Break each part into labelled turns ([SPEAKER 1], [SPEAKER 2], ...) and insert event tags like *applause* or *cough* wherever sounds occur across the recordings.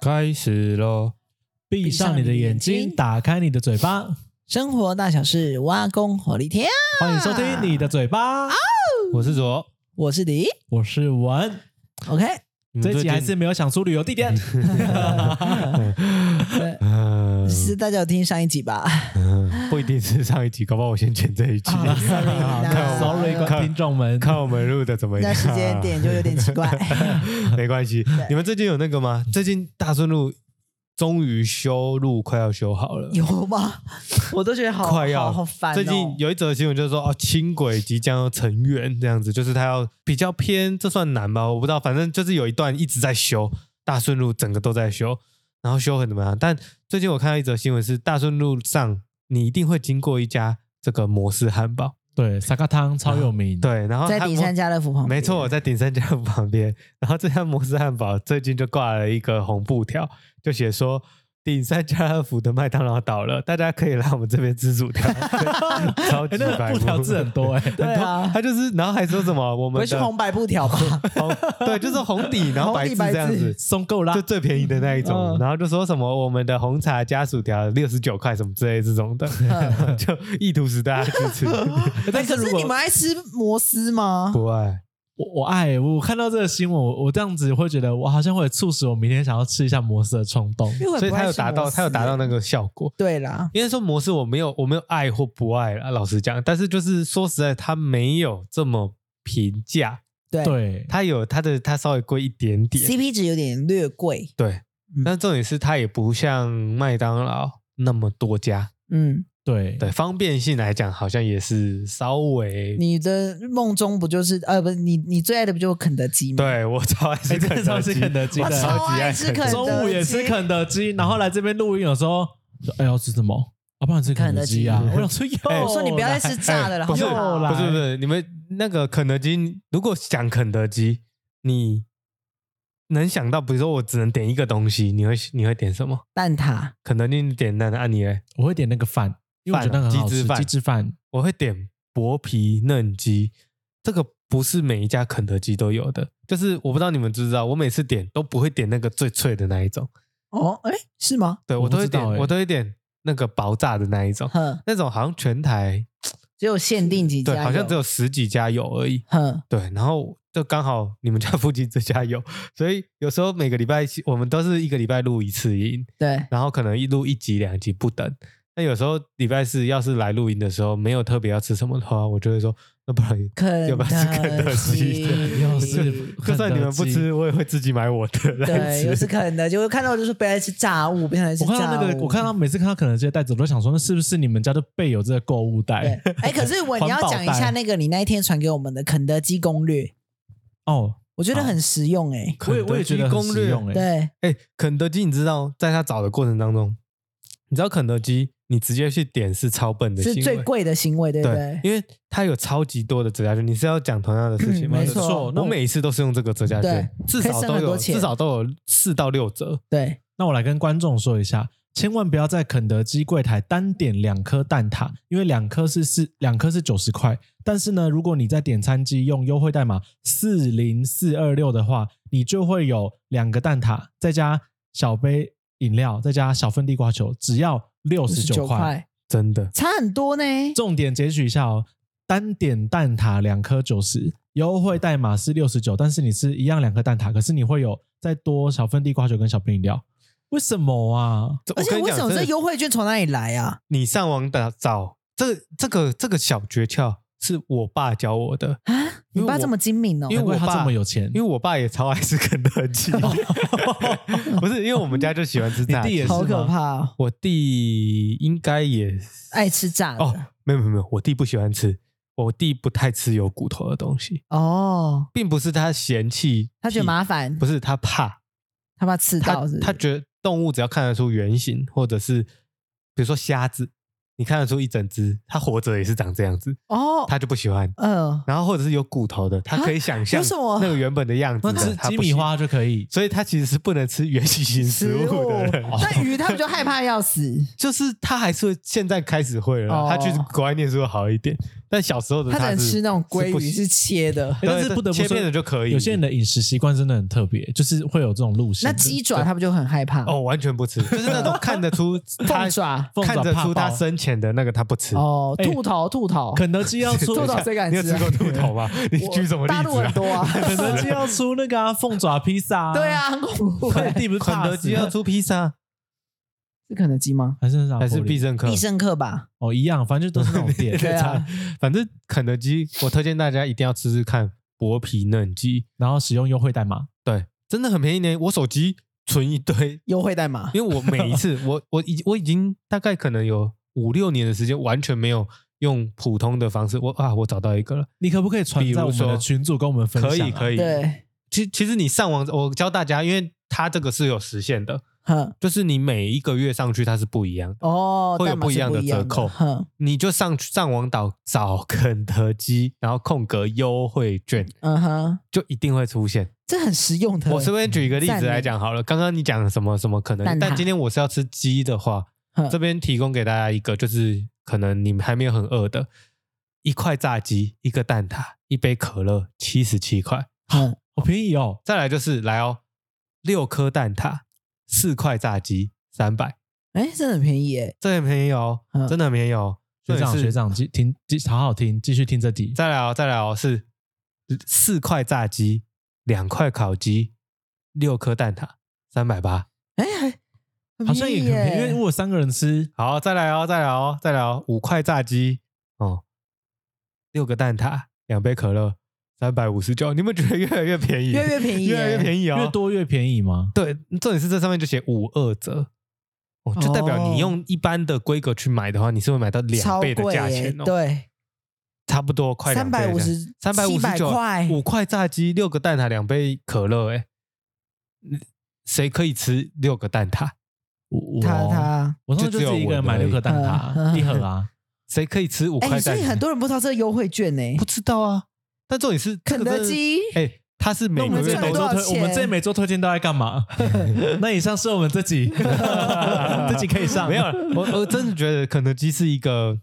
[SPEAKER 1] 开始喽！
[SPEAKER 2] 闭上
[SPEAKER 3] 闭上你
[SPEAKER 2] 你的眼
[SPEAKER 3] 的眼
[SPEAKER 2] 睛，
[SPEAKER 3] 睛
[SPEAKER 2] 打开你的嘴巴，
[SPEAKER 3] 生活大小事，挖工火力天，
[SPEAKER 2] 欢迎收听你的嘴
[SPEAKER 3] 啊
[SPEAKER 2] 巴。
[SPEAKER 3] 哦
[SPEAKER 1] 我是左，
[SPEAKER 3] 我是迪。
[SPEAKER 2] 我是文，
[SPEAKER 3] OK，嗯
[SPEAKER 1] 你们
[SPEAKER 2] 这一
[SPEAKER 1] 最
[SPEAKER 2] 集
[SPEAKER 1] 近
[SPEAKER 2] 还是没有想出旅游地点。
[SPEAKER 3] 对
[SPEAKER 1] 嗯
[SPEAKER 3] 是大家有听上一集吧？
[SPEAKER 1] *laughs* 不一定是上一集，搞不好我先剪这一集。
[SPEAKER 3] *laughs* 啊啦
[SPEAKER 1] 看我们 *laughs*
[SPEAKER 2] *laughs* Sorry，观听众们，
[SPEAKER 1] 看我们录的怎么
[SPEAKER 3] 那
[SPEAKER 1] 样？
[SPEAKER 3] 时间点就有点奇怪。
[SPEAKER 1] *laughs* 没关系。你们最近有那个吗？最近大顺路终于修路快要修好了，
[SPEAKER 3] 有吗？我都觉得好
[SPEAKER 1] 快要
[SPEAKER 3] 好好烦、哦。
[SPEAKER 1] 最近有一则新闻就是说，哦，轻轨即将要成员这样子，就是它要比较偏，这算难吧？我不知道，反正就是有一段一直在修，大顺路整个都在修，然后修很怎么样？但最近我看到一则新闻是，大顺路上你一定会经过一家这个摩斯汉堡，
[SPEAKER 2] 对沙咖汤超有名，，
[SPEAKER 1] 对，然后
[SPEAKER 3] 在
[SPEAKER 1] 它
[SPEAKER 3] 底
[SPEAKER 1] 摩
[SPEAKER 3] 山家乐福旁边，
[SPEAKER 1] 没错，我在鼎山家路旁边。然后这家摩斯汉堡最近就挂了一个红布条，就写说鼎山家乐福的麦当劳倒了，大家可以来我们这边自助
[SPEAKER 3] *laughs*
[SPEAKER 1] 掉。对超级
[SPEAKER 2] 哎，那
[SPEAKER 1] 白
[SPEAKER 2] 个布
[SPEAKER 1] 目
[SPEAKER 2] 条
[SPEAKER 1] *laughs*
[SPEAKER 2] 字很多哎，
[SPEAKER 3] 对啊，
[SPEAKER 1] 他就是，然后还说什么我
[SPEAKER 3] 不
[SPEAKER 1] 们
[SPEAKER 3] 会
[SPEAKER 1] 的
[SPEAKER 3] 是红白布条吧？
[SPEAKER 1] *laughs* 红
[SPEAKER 3] *laughs*
[SPEAKER 1] 对，就是红底，然后白字这样
[SPEAKER 3] 红底白
[SPEAKER 1] 子
[SPEAKER 3] 字。
[SPEAKER 2] 松够啦
[SPEAKER 1] 就，最便宜的那一种，
[SPEAKER 2] 嗯
[SPEAKER 1] 然后就说什么我们的红茶加薯条六十九块什么之类这种的，*laughs*
[SPEAKER 3] 嗯
[SPEAKER 1] 就意图使大家去
[SPEAKER 3] *laughs*
[SPEAKER 1] 吃。
[SPEAKER 2] 哎但
[SPEAKER 3] 哎可
[SPEAKER 2] 如
[SPEAKER 3] 是
[SPEAKER 2] 果
[SPEAKER 3] 你们爱吃摩斯吗？
[SPEAKER 1] 不爱，
[SPEAKER 2] 我我爱我看到这个新闻，我我这样子会觉得我好像会促使我明天想要吃一下摩斯的冲动。
[SPEAKER 3] 因为我也
[SPEAKER 1] 所以
[SPEAKER 3] 不爱
[SPEAKER 1] 他有
[SPEAKER 3] 吃
[SPEAKER 1] 达到，
[SPEAKER 3] 摩斯
[SPEAKER 1] 他有达到那个效果。
[SPEAKER 3] 对啦，
[SPEAKER 1] 应该说模式我没有我没有爱或不爱啦，老实讲，但是就是说实在，它没有这么平价，
[SPEAKER 3] 对
[SPEAKER 2] 对，
[SPEAKER 1] 它有它的它稍微贵一点点，
[SPEAKER 3] ，CP 值有点略贵。
[SPEAKER 1] 对
[SPEAKER 3] 嗯。
[SPEAKER 1] 但重点是它也不像麦当劳那么多家，
[SPEAKER 3] 嗯，
[SPEAKER 2] 对，
[SPEAKER 1] 对方便性来讲，好像也是稍微。
[SPEAKER 3] 你的梦中不就是呃，不是你你最爱的不就是肯德基吗？，
[SPEAKER 1] 对我超爱吃
[SPEAKER 2] 哎真的
[SPEAKER 1] 肯德
[SPEAKER 2] 超
[SPEAKER 1] 基，
[SPEAKER 2] 吃肯德基的
[SPEAKER 1] 我超级爱肯德基
[SPEAKER 3] 我超爱吃肯德基
[SPEAKER 2] 中午也吃肯德基，然后来这边录音，有时候说哎要吃什么？要不然吃肯德基啊
[SPEAKER 3] *laughs* 肯？
[SPEAKER 2] 我想说哟，
[SPEAKER 1] 哎
[SPEAKER 3] 我说你不要再吃炸的了，
[SPEAKER 1] 哎不是
[SPEAKER 3] 好不
[SPEAKER 2] 又
[SPEAKER 3] 好
[SPEAKER 2] 来
[SPEAKER 1] 不是不是，你们那个肯德基，如果想肯德基，你能想到，比如说我只能点一个东西，你会你会点什么？
[SPEAKER 3] 蛋挞，
[SPEAKER 1] 肯德基你点那按、啊、你嘞？
[SPEAKER 2] 我会点那个饭，因为我觉得那个很好
[SPEAKER 1] 鸡
[SPEAKER 2] 吃
[SPEAKER 1] 汁，饭
[SPEAKER 2] 鸡汁饭。
[SPEAKER 1] 我会点薄皮嫩鸡，这个不是每一家肯德基都有的，就是我不知道你们知不知道，我每次点都不会点那个最脆的那一种，
[SPEAKER 3] 哦，哎，是吗？
[SPEAKER 1] 对
[SPEAKER 2] 我
[SPEAKER 1] 我都
[SPEAKER 2] 不
[SPEAKER 1] 会
[SPEAKER 2] 知道
[SPEAKER 1] 点，
[SPEAKER 2] 欸
[SPEAKER 1] 我都会点那个薄炸的那一
[SPEAKER 2] *laughs*
[SPEAKER 1] 种，
[SPEAKER 3] *laughs* 哼，
[SPEAKER 1] 那种好像全台
[SPEAKER 3] 只有限定几家，
[SPEAKER 1] 对，好像只有十几家有而已，
[SPEAKER 3] 哼，
[SPEAKER 1] 对，然后就刚好你们家 *laughs* 附近这家有，所以有时候每个礼拜我们都是一个礼拜录一次音，
[SPEAKER 3] 对，
[SPEAKER 1] 然后可能一录一集两集不等。那有时候礼拜四要是来录音的时候没有特别要吃什么的话，我就会说，那不
[SPEAKER 2] *laughs*
[SPEAKER 1] 然
[SPEAKER 3] 肯
[SPEAKER 1] 要不要吃肯德基？ *laughs*
[SPEAKER 3] 基
[SPEAKER 2] 要
[SPEAKER 1] 就是就算你们不
[SPEAKER 2] 肯德基
[SPEAKER 1] 吃，我也会自己买我的来
[SPEAKER 3] 对，又
[SPEAKER 1] 吃
[SPEAKER 3] 是。肯德基，我看到就是不要再吃炸物，不想再吃
[SPEAKER 2] 我看
[SPEAKER 3] 炸
[SPEAKER 2] 到
[SPEAKER 3] 物。
[SPEAKER 2] 那个，我看到每次看到肯德基的袋子，我都想说，那是不是你们家就备有这个购物
[SPEAKER 3] 对
[SPEAKER 2] 袋？，
[SPEAKER 3] 哎，可是我你要
[SPEAKER 2] 环保
[SPEAKER 3] 讲一下
[SPEAKER 2] 袋
[SPEAKER 3] 那个你那一天传给我们的肯德基攻略，
[SPEAKER 2] *laughs* 哦，
[SPEAKER 3] 我觉得很实用哎。
[SPEAKER 2] 我也我也觉得很
[SPEAKER 1] 攻
[SPEAKER 2] 实
[SPEAKER 1] 略，
[SPEAKER 2] 用哎。
[SPEAKER 3] 对，
[SPEAKER 1] 哎，肯德基，你知道，在他找的过程当中，你知道肯德基，你直接去点是超笨的行
[SPEAKER 3] 是
[SPEAKER 1] 为，
[SPEAKER 3] 最贵的行为，对不
[SPEAKER 1] 对
[SPEAKER 3] 对，？
[SPEAKER 1] 因为它有超级多的折价券。你是要讲同样的事情吗？
[SPEAKER 3] 嗯没错
[SPEAKER 2] 那
[SPEAKER 1] 我
[SPEAKER 2] 我
[SPEAKER 1] 每一次都是用这个折价券，至
[SPEAKER 3] 对可以
[SPEAKER 1] 少
[SPEAKER 3] 省
[SPEAKER 1] 都
[SPEAKER 3] 很
[SPEAKER 1] 有
[SPEAKER 3] 多钱
[SPEAKER 1] 至少都有四到六折。
[SPEAKER 3] 对，
[SPEAKER 2] 那我来跟观众说一下，千万不要在肯德基柜台单点两颗蛋挞，因为两颗是四两颗是九十块，但是呢，如果你在点餐机用优惠代码四零四二六的话，你就会有两个蛋挞，再加小杯饮料，再加小份地瓜球，只要六十九
[SPEAKER 3] 59
[SPEAKER 2] 块。，
[SPEAKER 1] 真的，
[SPEAKER 3] 差很多呢。
[SPEAKER 2] 重点截取一下哦，单点蛋挞两颗九十，优惠代码是六十九，但是你是一样两颗蛋挞，可是你会有再多小份地瓜球跟小杯饮料，为什么啊？
[SPEAKER 1] 这
[SPEAKER 3] 而且
[SPEAKER 1] 我跟你
[SPEAKER 3] 为
[SPEAKER 1] 讲
[SPEAKER 3] 什么
[SPEAKER 1] 真
[SPEAKER 3] 这
[SPEAKER 1] 的
[SPEAKER 3] 优惠券从哪里来啊？
[SPEAKER 1] 你上网打找这这个这个小诀窍是我爸教我的，
[SPEAKER 3] *laughs* 啊，
[SPEAKER 1] 因为
[SPEAKER 3] 你爸
[SPEAKER 1] 我
[SPEAKER 3] 这么精明哦
[SPEAKER 1] 因，为
[SPEAKER 2] 难怪
[SPEAKER 1] 我爸
[SPEAKER 2] 他这么有钱
[SPEAKER 1] 因为，我爸也超爱吃肯德
[SPEAKER 3] *laughs*
[SPEAKER 1] 基，不是因为我们家就喜欢吃炸
[SPEAKER 2] 你弟
[SPEAKER 1] 鸡
[SPEAKER 2] 也。是
[SPEAKER 3] 好
[SPEAKER 2] 吗
[SPEAKER 3] 可怕哦，
[SPEAKER 1] 我弟应该也
[SPEAKER 3] 爱吃炸
[SPEAKER 1] 哦
[SPEAKER 3] 的，
[SPEAKER 1] 没有没有没有，我弟不喜欢吃，我弟不太吃有骨头的东西，
[SPEAKER 3] 哦，
[SPEAKER 1] 并不是他嫌弃，
[SPEAKER 3] 他觉得麻烦
[SPEAKER 1] 不，是他怕，
[SPEAKER 3] 他怕刺
[SPEAKER 1] 他
[SPEAKER 3] 到是不是
[SPEAKER 1] 他觉得动物只要看得出原形，或者是比如说虾子，你看得出一整只，它活着也是长这样子，
[SPEAKER 3] 哦，
[SPEAKER 1] 它就不喜欢。
[SPEAKER 3] 嗯，
[SPEAKER 1] 然后或者是有骨头的，它可以想象
[SPEAKER 3] 有什么
[SPEAKER 1] 那个原本的样子
[SPEAKER 2] 那
[SPEAKER 1] 的，
[SPEAKER 2] 吃
[SPEAKER 1] 它
[SPEAKER 2] 鸡
[SPEAKER 1] 不喜
[SPEAKER 2] 米，花就可以。
[SPEAKER 1] 所以它其实是不能吃原
[SPEAKER 3] *laughs*
[SPEAKER 1] 形食物的人。 *laughs*
[SPEAKER 3] 那鱼他们就害怕要死，
[SPEAKER 1] 就是他还是会现在开始会了啦，
[SPEAKER 3] 哦
[SPEAKER 1] 他去国外念书好一点，但小时候的
[SPEAKER 3] 他只能
[SPEAKER 1] 是
[SPEAKER 3] 吃那种
[SPEAKER 1] 是
[SPEAKER 3] 鲑
[SPEAKER 1] 不
[SPEAKER 3] 鱼
[SPEAKER 1] 行
[SPEAKER 3] 是
[SPEAKER 1] *laughs*
[SPEAKER 3] 切的，
[SPEAKER 2] 哎但是
[SPEAKER 1] 对
[SPEAKER 2] 不得不
[SPEAKER 1] 切
[SPEAKER 2] 说，
[SPEAKER 1] 片的就可以
[SPEAKER 2] 有些人的饮食习惯真的很特别，就是会有这种路线
[SPEAKER 3] 那
[SPEAKER 2] 的。
[SPEAKER 1] 嗯
[SPEAKER 3] 鸡爪他们就很害怕，
[SPEAKER 1] 哦，完全不吃，就是那种看得
[SPEAKER 3] *laughs*
[SPEAKER 1] 出他
[SPEAKER 3] 凤爪
[SPEAKER 2] 凤爪
[SPEAKER 1] 看得出
[SPEAKER 2] 怕
[SPEAKER 1] 他
[SPEAKER 2] 爆
[SPEAKER 1] 生前的那个他不吃。
[SPEAKER 3] 哦，
[SPEAKER 2] 哎
[SPEAKER 3] 兔头兔头，
[SPEAKER 2] 肯德基
[SPEAKER 1] *laughs*
[SPEAKER 2] 要出，
[SPEAKER 3] 兔头谁敢
[SPEAKER 1] 你
[SPEAKER 3] 吃
[SPEAKER 1] 有吃
[SPEAKER 3] 啊？
[SPEAKER 2] *laughs*
[SPEAKER 1] 过兔
[SPEAKER 3] *laughs*
[SPEAKER 1] 头吗？你
[SPEAKER 3] 我
[SPEAKER 1] 举什么例
[SPEAKER 3] 大陆
[SPEAKER 1] 子
[SPEAKER 3] 很
[SPEAKER 1] 啊？
[SPEAKER 3] 多啊，
[SPEAKER 2] 肯德基要出那个啊凤爪披
[SPEAKER 3] *laughs*
[SPEAKER 2] 萨、
[SPEAKER 3] 对，啊，很恐怖
[SPEAKER 2] 肯
[SPEAKER 3] 欸，
[SPEAKER 2] 定不是
[SPEAKER 1] 肯德基要
[SPEAKER 2] 出
[SPEAKER 1] 出披萨
[SPEAKER 3] *laughs* 是肯德基吗？
[SPEAKER 2] 还是啥
[SPEAKER 1] 还是必胜客
[SPEAKER 3] 必？胜客吧，
[SPEAKER 1] *laughs*
[SPEAKER 2] 哦一样，反正就都是那种店。
[SPEAKER 3] 对啊，
[SPEAKER 1] 反正肯德基，我推荐大家一定要吃吃看薄皮嫩鸡，
[SPEAKER 2] 然后使用优惠代码，
[SPEAKER 1] 对，真的很便宜呢。我手机存一堆，
[SPEAKER 3] 优惠代码
[SPEAKER 1] 因为我每一次，
[SPEAKER 2] *laughs*
[SPEAKER 1] 我我已我已经大概可能有五六年的时间，完全没有用普通的方式。我啊，我找到一个了，
[SPEAKER 2] 你可不可以传
[SPEAKER 1] 比如
[SPEAKER 2] 在我们
[SPEAKER 1] 说
[SPEAKER 2] 的群组跟我们分享、啊
[SPEAKER 1] 可以可
[SPEAKER 2] 以，
[SPEAKER 1] 以。，
[SPEAKER 3] 对，
[SPEAKER 1] 其其实你上网，我教大家，因为它这个是有时限的，
[SPEAKER 3] 哼，
[SPEAKER 1] 就是你每一个月上去它是不一样的。
[SPEAKER 3] 哦，
[SPEAKER 1] 会有
[SPEAKER 3] 代码
[SPEAKER 1] 不一
[SPEAKER 3] 是
[SPEAKER 1] 样的
[SPEAKER 3] 不一样
[SPEAKER 1] 折扣
[SPEAKER 3] 哼，
[SPEAKER 1] 你就上去上网岛找肯德基，然后空格优惠券，
[SPEAKER 3] 嗯哼，
[SPEAKER 1] 就一定会出现。
[SPEAKER 3] 这很实用的，欸
[SPEAKER 1] 我随便举一个例子来讲好了，刚刚你讲什么什么可能，
[SPEAKER 3] 蛋挞嗯
[SPEAKER 1] 但今天我是要吃鸡的话，
[SPEAKER 3] 哼
[SPEAKER 1] 这边提供给大家一个，就是可能你们还没有很饿的，一块炸鸡，一个蛋挞，一杯可乐，七十七块。
[SPEAKER 3] 哼
[SPEAKER 2] 好便宜哦。
[SPEAKER 1] 再来就是来哦，六颗蛋挞，四块炸鸡，三百，
[SPEAKER 3] 哎，真的很便宜哎，
[SPEAKER 1] 这很便宜哦，
[SPEAKER 3] 嗯
[SPEAKER 1] 真的很便宜哦。
[SPEAKER 2] 学
[SPEAKER 1] 重
[SPEAKER 2] 长
[SPEAKER 1] 点是
[SPEAKER 2] 学，长，继听继好好听，继续听这题。
[SPEAKER 1] 再来哦，再来哦，是四块炸鸡，两块烤鸡，六颗蛋挞，三百八。
[SPEAKER 3] 哎，还很
[SPEAKER 2] 好像也
[SPEAKER 3] 便
[SPEAKER 2] 很
[SPEAKER 3] 宜
[SPEAKER 2] 便宜，因
[SPEAKER 3] 耶
[SPEAKER 2] 为如果三个人吃，
[SPEAKER 1] 好，再来哦，再来哦，再来哦，五块炸鸡哦，六个蛋挞，两杯可乐，三百五十九。你们觉得越来越便宜？
[SPEAKER 3] 越来越便宜耶
[SPEAKER 1] 越来越便宜哦。
[SPEAKER 2] 越多越便宜嘛。
[SPEAKER 1] 对，重点是这上面就写五二折，哦，就代表
[SPEAKER 3] 哦
[SPEAKER 1] 你用一般的规格去买的话，你是会买到两
[SPEAKER 3] 超贵
[SPEAKER 1] 倍的价
[SPEAKER 3] 耶
[SPEAKER 1] 钱哦，，
[SPEAKER 3] 对，
[SPEAKER 1] 差不多快两倍的价钱
[SPEAKER 3] 350
[SPEAKER 1] 三百五十九
[SPEAKER 3] 700块
[SPEAKER 1] 五块炸鸡，六个蛋挞，两杯可乐，哎，嗯谁可以吃六个蛋挞？
[SPEAKER 2] 我我
[SPEAKER 3] 他他。
[SPEAKER 2] 我上次就自己一个人买六颗蛋挞
[SPEAKER 3] 嗯
[SPEAKER 2] 一盒
[SPEAKER 3] *laughs*
[SPEAKER 2] 啊，
[SPEAKER 1] 谁可以吃五
[SPEAKER 3] 哎，
[SPEAKER 1] 块
[SPEAKER 3] 所
[SPEAKER 1] 蛋
[SPEAKER 3] 以
[SPEAKER 1] 挞？
[SPEAKER 3] 很多人不知道这个优惠券呢、
[SPEAKER 1] 不知道啊，但重点是这
[SPEAKER 3] 肯
[SPEAKER 1] 个真的
[SPEAKER 3] 德基
[SPEAKER 1] 哎、它是
[SPEAKER 2] 那
[SPEAKER 1] 每
[SPEAKER 2] 我
[SPEAKER 1] 个
[SPEAKER 2] 们
[SPEAKER 1] 月
[SPEAKER 2] 这
[SPEAKER 1] 都
[SPEAKER 2] 每
[SPEAKER 3] 多
[SPEAKER 1] *laughs*
[SPEAKER 2] 周
[SPEAKER 3] 少
[SPEAKER 2] 推，我们这
[SPEAKER 3] 钱
[SPEAKER 2] 每周推荐都在
[SPEAKER 3] *laughs*
[SPEAKER 2] 干嘛？那以上是我们自 *laughs* 己，自己可以上。
[SPEAKER 1] 没有，了。我我真的觉得肯德基是一个，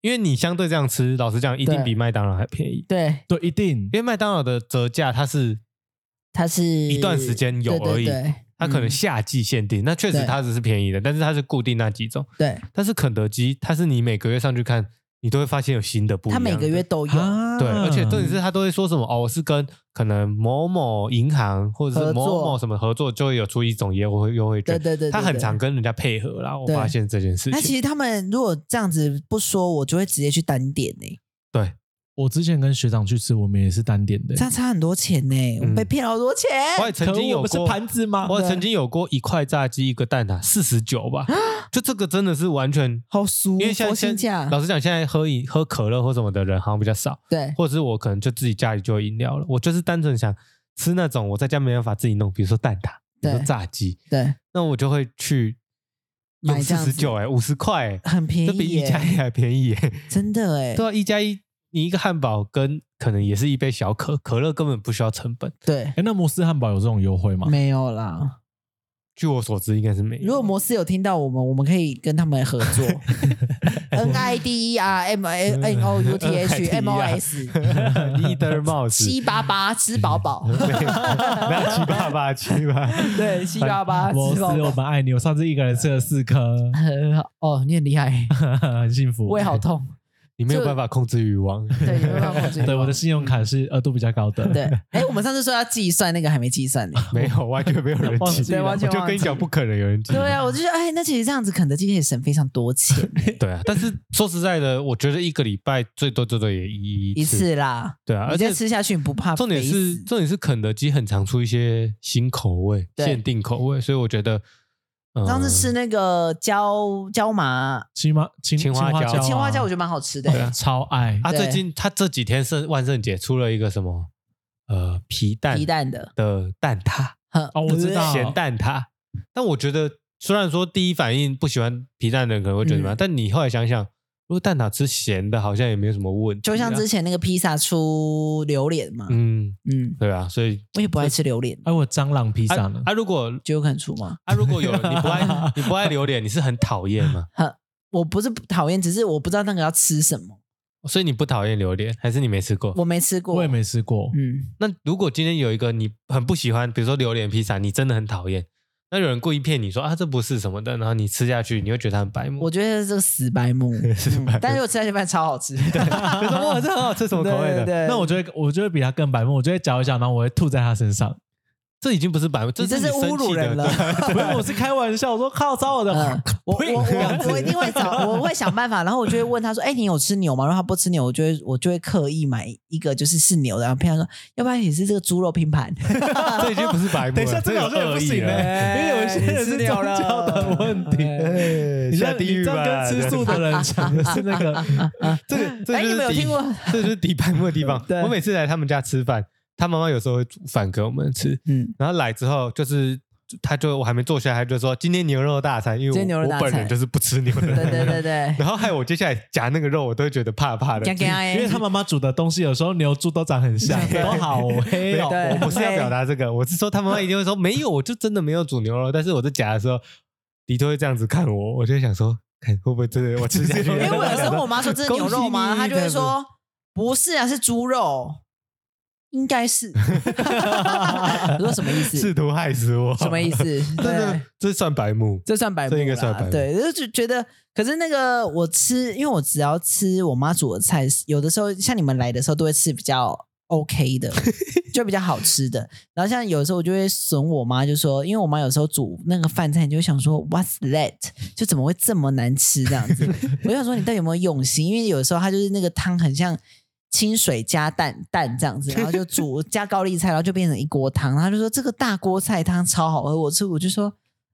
[SPEAKER 1] 因为你相对这样吃，老实讲，一定
[SPEAKER 3] 对
[SPEAKER 1] 比麦当劳还便宜。
[SPEAKER 3] 对，
[SPEAKER 2] 对，一定
[SPEAKER 1] 因为麦当劳的折价它是
[SPEAKER 3] 它是
[SPEAKER 1] 一
[SPEAKER 3] 一
[SPEAKER 1] 段时间有而已
[SPEAKER 3] 对对对
[SPEAKER 1] 它可能
[SPEAKER 3] 嗯
[SPEAKER 1] 夏季限定，那确实
[SPEAKER 3] 对
[SPEAKER 1] 它只是便宜的，但是它是固定那几种。
[SPEAKER 3] 嗯对，
[SPEAKER 1] 但是肯德基，它是你每个月上去看，你都会发现有新的不一
[SPEAKER 3] 它
[SPEAKER 1] 样的。
[SPEAKER 3] 每个月嗯都有。
[SPEAKER 2] 啊
[SPEAKER 1] 对，而且重点是他都会说什么哦，我是跟可能某某银行或者是
[SPEAKER 3] 合
[SPEAKER 1] 某
[SPEAKER 3] 作
[SPEAKER 1] 某什么合作，就会有出一种优惠优惠券。
[SPEAKER 3] 对对对对
[SPEAKER 1] 他很
[SPEAKER 3] 对
[SPEAKER 1] 常跟人家配合啦，我
[SPEAKER 3] 对
[SPEAKER 1] 发现这件事
[SPEAKER 3] 那
[SPEAKER 1] 情。
[SPEAKER 3] 其实他们如果这样子不说，我就会直接去单点呢、
[SPEAKER 1] 对，
[SPEAKER 2] 我之前跟学长去吃，我们也是单点的
[SPEAKER 3] 这。样差很多钱呢、
[SPEAKER 1] 嗯
[SPEAKER 3] 我们被骗了好多钱。
[SPEAKER 1] 我也曾
[SPEAKER 2] 可
[SPEAKER 1] 经
[SPEAKER 2] 恶
[SPEAKER 1] 有
[SPEAKER 2] 我
[SPEAKER 1] 过
[SPEAKER 2] 不是盘子啊吗
[SPEAKER 1] 我
[SPEAKER 3] 对
[SPEAKER 1] 曾经有过一块炸鸡一个蛋挞四十九吧，就这个真的是完全，
[SPEAKER 3] 好俗，
[SPEAKER 1] 因为现在
[SPEAKER 3] 啊佛心
[SPEAKER 1] 现
[SPEAKER 3] 价，
[SPEAKER 1] 老实讲，现在喝饮喝可乐或什么的人好像比较少，
[SPEAKER 3] 对，
[SPEAKER 1] 或者是我可能就自己家里就有饮料了，我就是单纯想吃那种我在家没办法自己弄，比如说蛋挞，比如说
[SPEAKER 3] 对
[SPEAKER 1] 炸鸡，
[SPEAKER 3] 对，
[SPEAKER 1] 那我就会去用
[SPEAKER 3] 买这
[SPEAKER 1] 四
[SPEAKER 3] 样
[SPEAKER 1] 十
[SPEAKER 3] 子
[SPEAKER 1] 九哎，五十块哎，
[SPEAKER 3] 很便
[SPEAKER 1] 这
[SPEAKER 3] 宜
[SPEAKER 1] 比一
[SPEAKER 3] 耶、
[SPEAKER 1] 加一还便宜耶、
[SPEAKER 3] 真的哎、
[SPEAKER 1] 对啊，一加一，你一个汉堡跟可能也是一杯小可可乐，根本不需要成本。
[SPEAKER 3] 对，
[SPEAKER 2] 哎，那摩斯汉堡有这种优惠吗？
[SPEAKER 3] 没有啦。
[SPEAKER 1] 据我所知，应该是没有。 *laughs*
[SPEAKER 3] 如果摩斯有听到我们，我们可以跟他们合 *laughs* 作。N I D E R M A N O U T H M O *laughs* S
[SPEAKER 1] leader mouse
[SPEAKER 3] 七八八吃饱饱，
[SPEAKER 1] 那七八八七八，
[SPEAKER 3] 对，七八 *laughs* 八
[SPEAKER 2] 摩
[SPEAKER 3] 吃
[SPEAKER 2] 斯，
[SPEAKER 3] 饱
[SPEAKER 2] 我
[SPEAKER 3] 饱。
[SPEAKER 2] 们爱你。我上次一个人吃了四颗，
[SPEAKER 3] 哦，你很厉 *laughs* 害，
[SPEAKER 2] *laughs* 很幸福。
[SPEAKER 3] 胃好痛。
[SPEAKER 1] 你没有办法控制欲望。
[SPEAKER 3] 对，有没有办法控制欲望
[SPEAKER 2] *laughs* 对，我的信用卡是额度比较高的。
[SPEAKER 3] 对，哎，我们上次说要计算那个还没计算呢。
[SPEAKER 1] 没有，完全没有人
[SPEAKER 2] 忘
[SPEAKER 1] 记，
[SPEAKER 2] 记
[SPEAKER 1] 我
[SPEAKER 3] 了完全
[SPEAKER 1] 就跟你讲，
[SPEAKER 3] 忘记
[SPEAKER 1] 不可能有人记。
[SPEAKER 3] *laughs* 对 *laughs* 啊，我就觉得，哎，那其实这样子，肯德基可以省非常多 *laughs* 钱
[SPEAKER 1] 对啊，但是说实在的，我觉得一个礼拜最多最多也一
[SPEAKER 3] 一次啦。
[SPEAKER 1] 对啊，而
[SPEAKER 3] 你
[SPEAKER 1] 且
[SPEAKER 3] 再吃下去，你不怕
[SPEAKER 1] 重点
[SPEAKER 3] 肥
[SPEAKER 1] 是
[SPEAKER 3] 死
[SPEAKER 1] 重点是肯德基很常出一些新口味、
[SPEAKER 3] 对
[SPEAKER 1] 限定口味，所以我觉得，呃
[SPEAKER 3] 上次吃那个椒椒麻
[SPEAKER 2] 青蛙青
[SPEAKER 1] 青蛙椒
[SPEAKER 2] 椒啊，
[SPEAKER 1] 椒
[SPEAKER 3] 青花椒，我觉得蛮好吃的
[SPEAKER 1] 对啊
[SPEAKER 3] 欸。
[SPEAKER 2] 超爱
[SPEAKER 1] 啊，
[SPEAKER 3] 对
[SPEAKER 1] 最近他这几天圣万圣节出了一个什么呃皮蛋
[SPEAKER 3] 皮蛋的，
[SPEAKER 1] 的蛋挞，
[SPEAKER 3] 哼
[SPEAKER 2] 哦我知道
[SPEAKER 1] 咸蛋挞。
[SPEAKER 3] 嗯
[SPEAKER 1] 但我觉得虽然说第一反应不喜欢皮蛋的人可能会觉得怎么样，但你后来想想，如果蛋挞吃咸的，好像也没有什么问题啊。
[SPEAKER 3] 就像之前那个披萨出榴莲嘛，
[SPEAKER 1] 嗯，
[SPEAKER 3] 嗯，
[SPEAKER 1] 对啊，所以
[SPEAKER 3] 我也不爱吃榴莲，
[SPEAKER 2] 哎，我蟑螂披萨
[SPEAKER 1] 啊
[SPEAKER 2] 呢？
[SPEAKER 1] 啊，如果
[SPEAKER 3] 就有可能出吗？
[SPEAKER 1] 啊，如果有人你不爱你不爱榴莲，你是很讨厌吗？
[SPEAKER 3] 我不是不讨厌，只是我不知道那个要吃什么，
[SPEAKER 1] 所以你不讨厌榴莲，还是你没吃过？
[SPEAKER 3] 我没吃过，
[SPEAKER 2] 我也，没吃过。
[SPEAKER 3] 嗯，
[SPEAKER 1] 那如果今天有一个你很不喜欢，比如说榴莲披萨，你真的很讨厌，那有人故意骗你说啊这不是什么的，然后你吃下去，你会觉得它很白目。
[SPEAKER 3] 我觉得这个死白目，嗯但是我吃下去饭超好吃，
[SPEAKER 1] *laughs* 就说
[SPEAKER 3] *laughs*
[SPEAKER 1] 哇这很好吃，什么口味
[SPEAKER 3] 对对
[SPEAKER 1] 的？
[SPEAKER 3] 对
[SPEAKER 2] 那我就会，我就会比他更白目，我就会嚼一下，然后我会吐在他身上。
[SPEAKER 1] 这已经不是白目，
[SPEAKER 3] 你这
[SPEAKER 1] 是
[SPEAKER 3] 是
[SPEAKER 1] 你生
[SPEAKER 3] 侮辱
[SPEAKER 1] 气的
[SPEAKER 3] 人了。
[SPEAKER 1] 对
[SPEAKER 2] 不是，我是开玩笑，我说靠，找我
[SPEAKER 3] *laughs*
[SPEAKER 2] 的
[SPEAKER 3] 嗯，我我我我一定会找，我会想办法，然后我就会问他说：“哎、你有吃牛吗？”如果他不吃牛，我就会我就会刻意买一个就是是牛的，然后骗他说：“要不然也是这个猪肉拼盘。
[SPEAKER 1] 这已经不是白目了。
[SPEAKER 2] *laughs* *laughs* 等一下，这个好像也不行
[SPEAKER 1] 有恶意啊了 *laughs*
[SPEAKER 2] 哎，因为有一些人是宗教的问题。
[SPEAKER 1] 哎
[SPEAKER 2] 你
[SPEAKER 1] 下
[SPEAKER 2] 像
[SPEAKER 1] 地狱
[SPEAKER 2] 你这
[SPEAKER 1] 吧！
[SPEAKER 2] 样跟吃素的人讲的是那个，
[SPEAKER 1] *laughs* 这个，这
[SPEAKER 3] 哎
[SPEAKER 1] 就是
[SPEAKER 3] 你们有
[SPEAKER 1] 底
[SPEAKER 3] 听过？。
[SPEAKER 1] 这就是底白目的地方
[SPEAKER 3] 对
[SPEAKER 1] 我每次来他们家吃饭，他妈妈有时候会煮饭给我们吃，”
[SPEAKER 3] *laughs* 嗯，
[SPEAKER 1] 然后来之后就是。他就我还没坐下，他就说今天牛肉大餐，因为
[SPEAKER 3] 今天牛
[SPEAKER 1] 我
[SPEAKER 3] 肉
[SPEAKER 1] 我
[SPEAKER 3] 大
[SPEAKER 1] 本人
[SPEAKER 3] 餐
[SPEAKER 1] 就是不吃牛的。
[SPEAKER 3] 对对对对，
[SPEAKER 1] *laughs* 然后害我接下来夹那个肉，我都会觉得怕怕 *laughs* 的。
[SPEAKER 3] 讲讲哎
[SPEAKER 2] 因为他妈妈煮的东西有时候牛猪都长很像，
[SPEAKER 3] 对
[SPEAKER 2] 都好黑
[SPEAKER 1] 没有，
[SPEAKER 2] 哦。
[SPEAKER 3] 对
[SPEAKER 1] 我不是要
[SPEAKER 3] 对
[SPEAKER 1] 表达这
[SPEAKER 3] *laughs*
[SPEAKER 1] 个，我是说他妈妈一定会说没有，我就真的没有煮牛肉。但是我在夹的时候，迪特会这样子看我，我就会想说，看会不会真的
[SPEAKER 3] *laughs*
[SPEAKER 1] 我吃下去？
[SPEAKER 2] 因
[SPEAKER 3] 因为我有
[SPEAKER 1] *laughs*
[SPEAKER 3] 时候问我妈 *laughs* 说：“这是牛肉吗？”她
[SPEAKER 1] 恭喜你
[SPEAKER 3] 就会说：“不是啊，是猪肉，应该是。” *laughs* 我说什么意思？
[SPEAKER 1] 试图害死我，
[SPEAKER 3] 什么
[SPEAKER 1] *laughs*
[SPEAKER 3] 意？思？
[SPEAKER 1] 这
[SPEAKER 3] 对
[SPEAKER 1] 这。这算白目，
[SPEAKER 3] 这算白目
[SPEAKER 1] 这
[SPEAKER 3] 啦，
[SPEAKER 1] 应该算白目
[SPEAKER 3] 对，就是觉得，可是那个我吃，因为我只要吃我妈煮的菜，有的时候像你们来的时候都会吃比较 OK
[SPEAKER 1] *laughs*
[SPEAKER 3] 的，就比较好吃的。然后像有时候我就会损我妈，就说，因为我妈有时候煮那个饭菜，你就会想说 What's that？就怎么会这么难吃这样子？我就想说你到底有没有用心？因为有时候它就是那个汤很像。清水加蛋蛋这样子，然后就煮加高丽菜，然后就变成一锅汤。然后就说这个大锅菜汤超好喝，我吃我就说，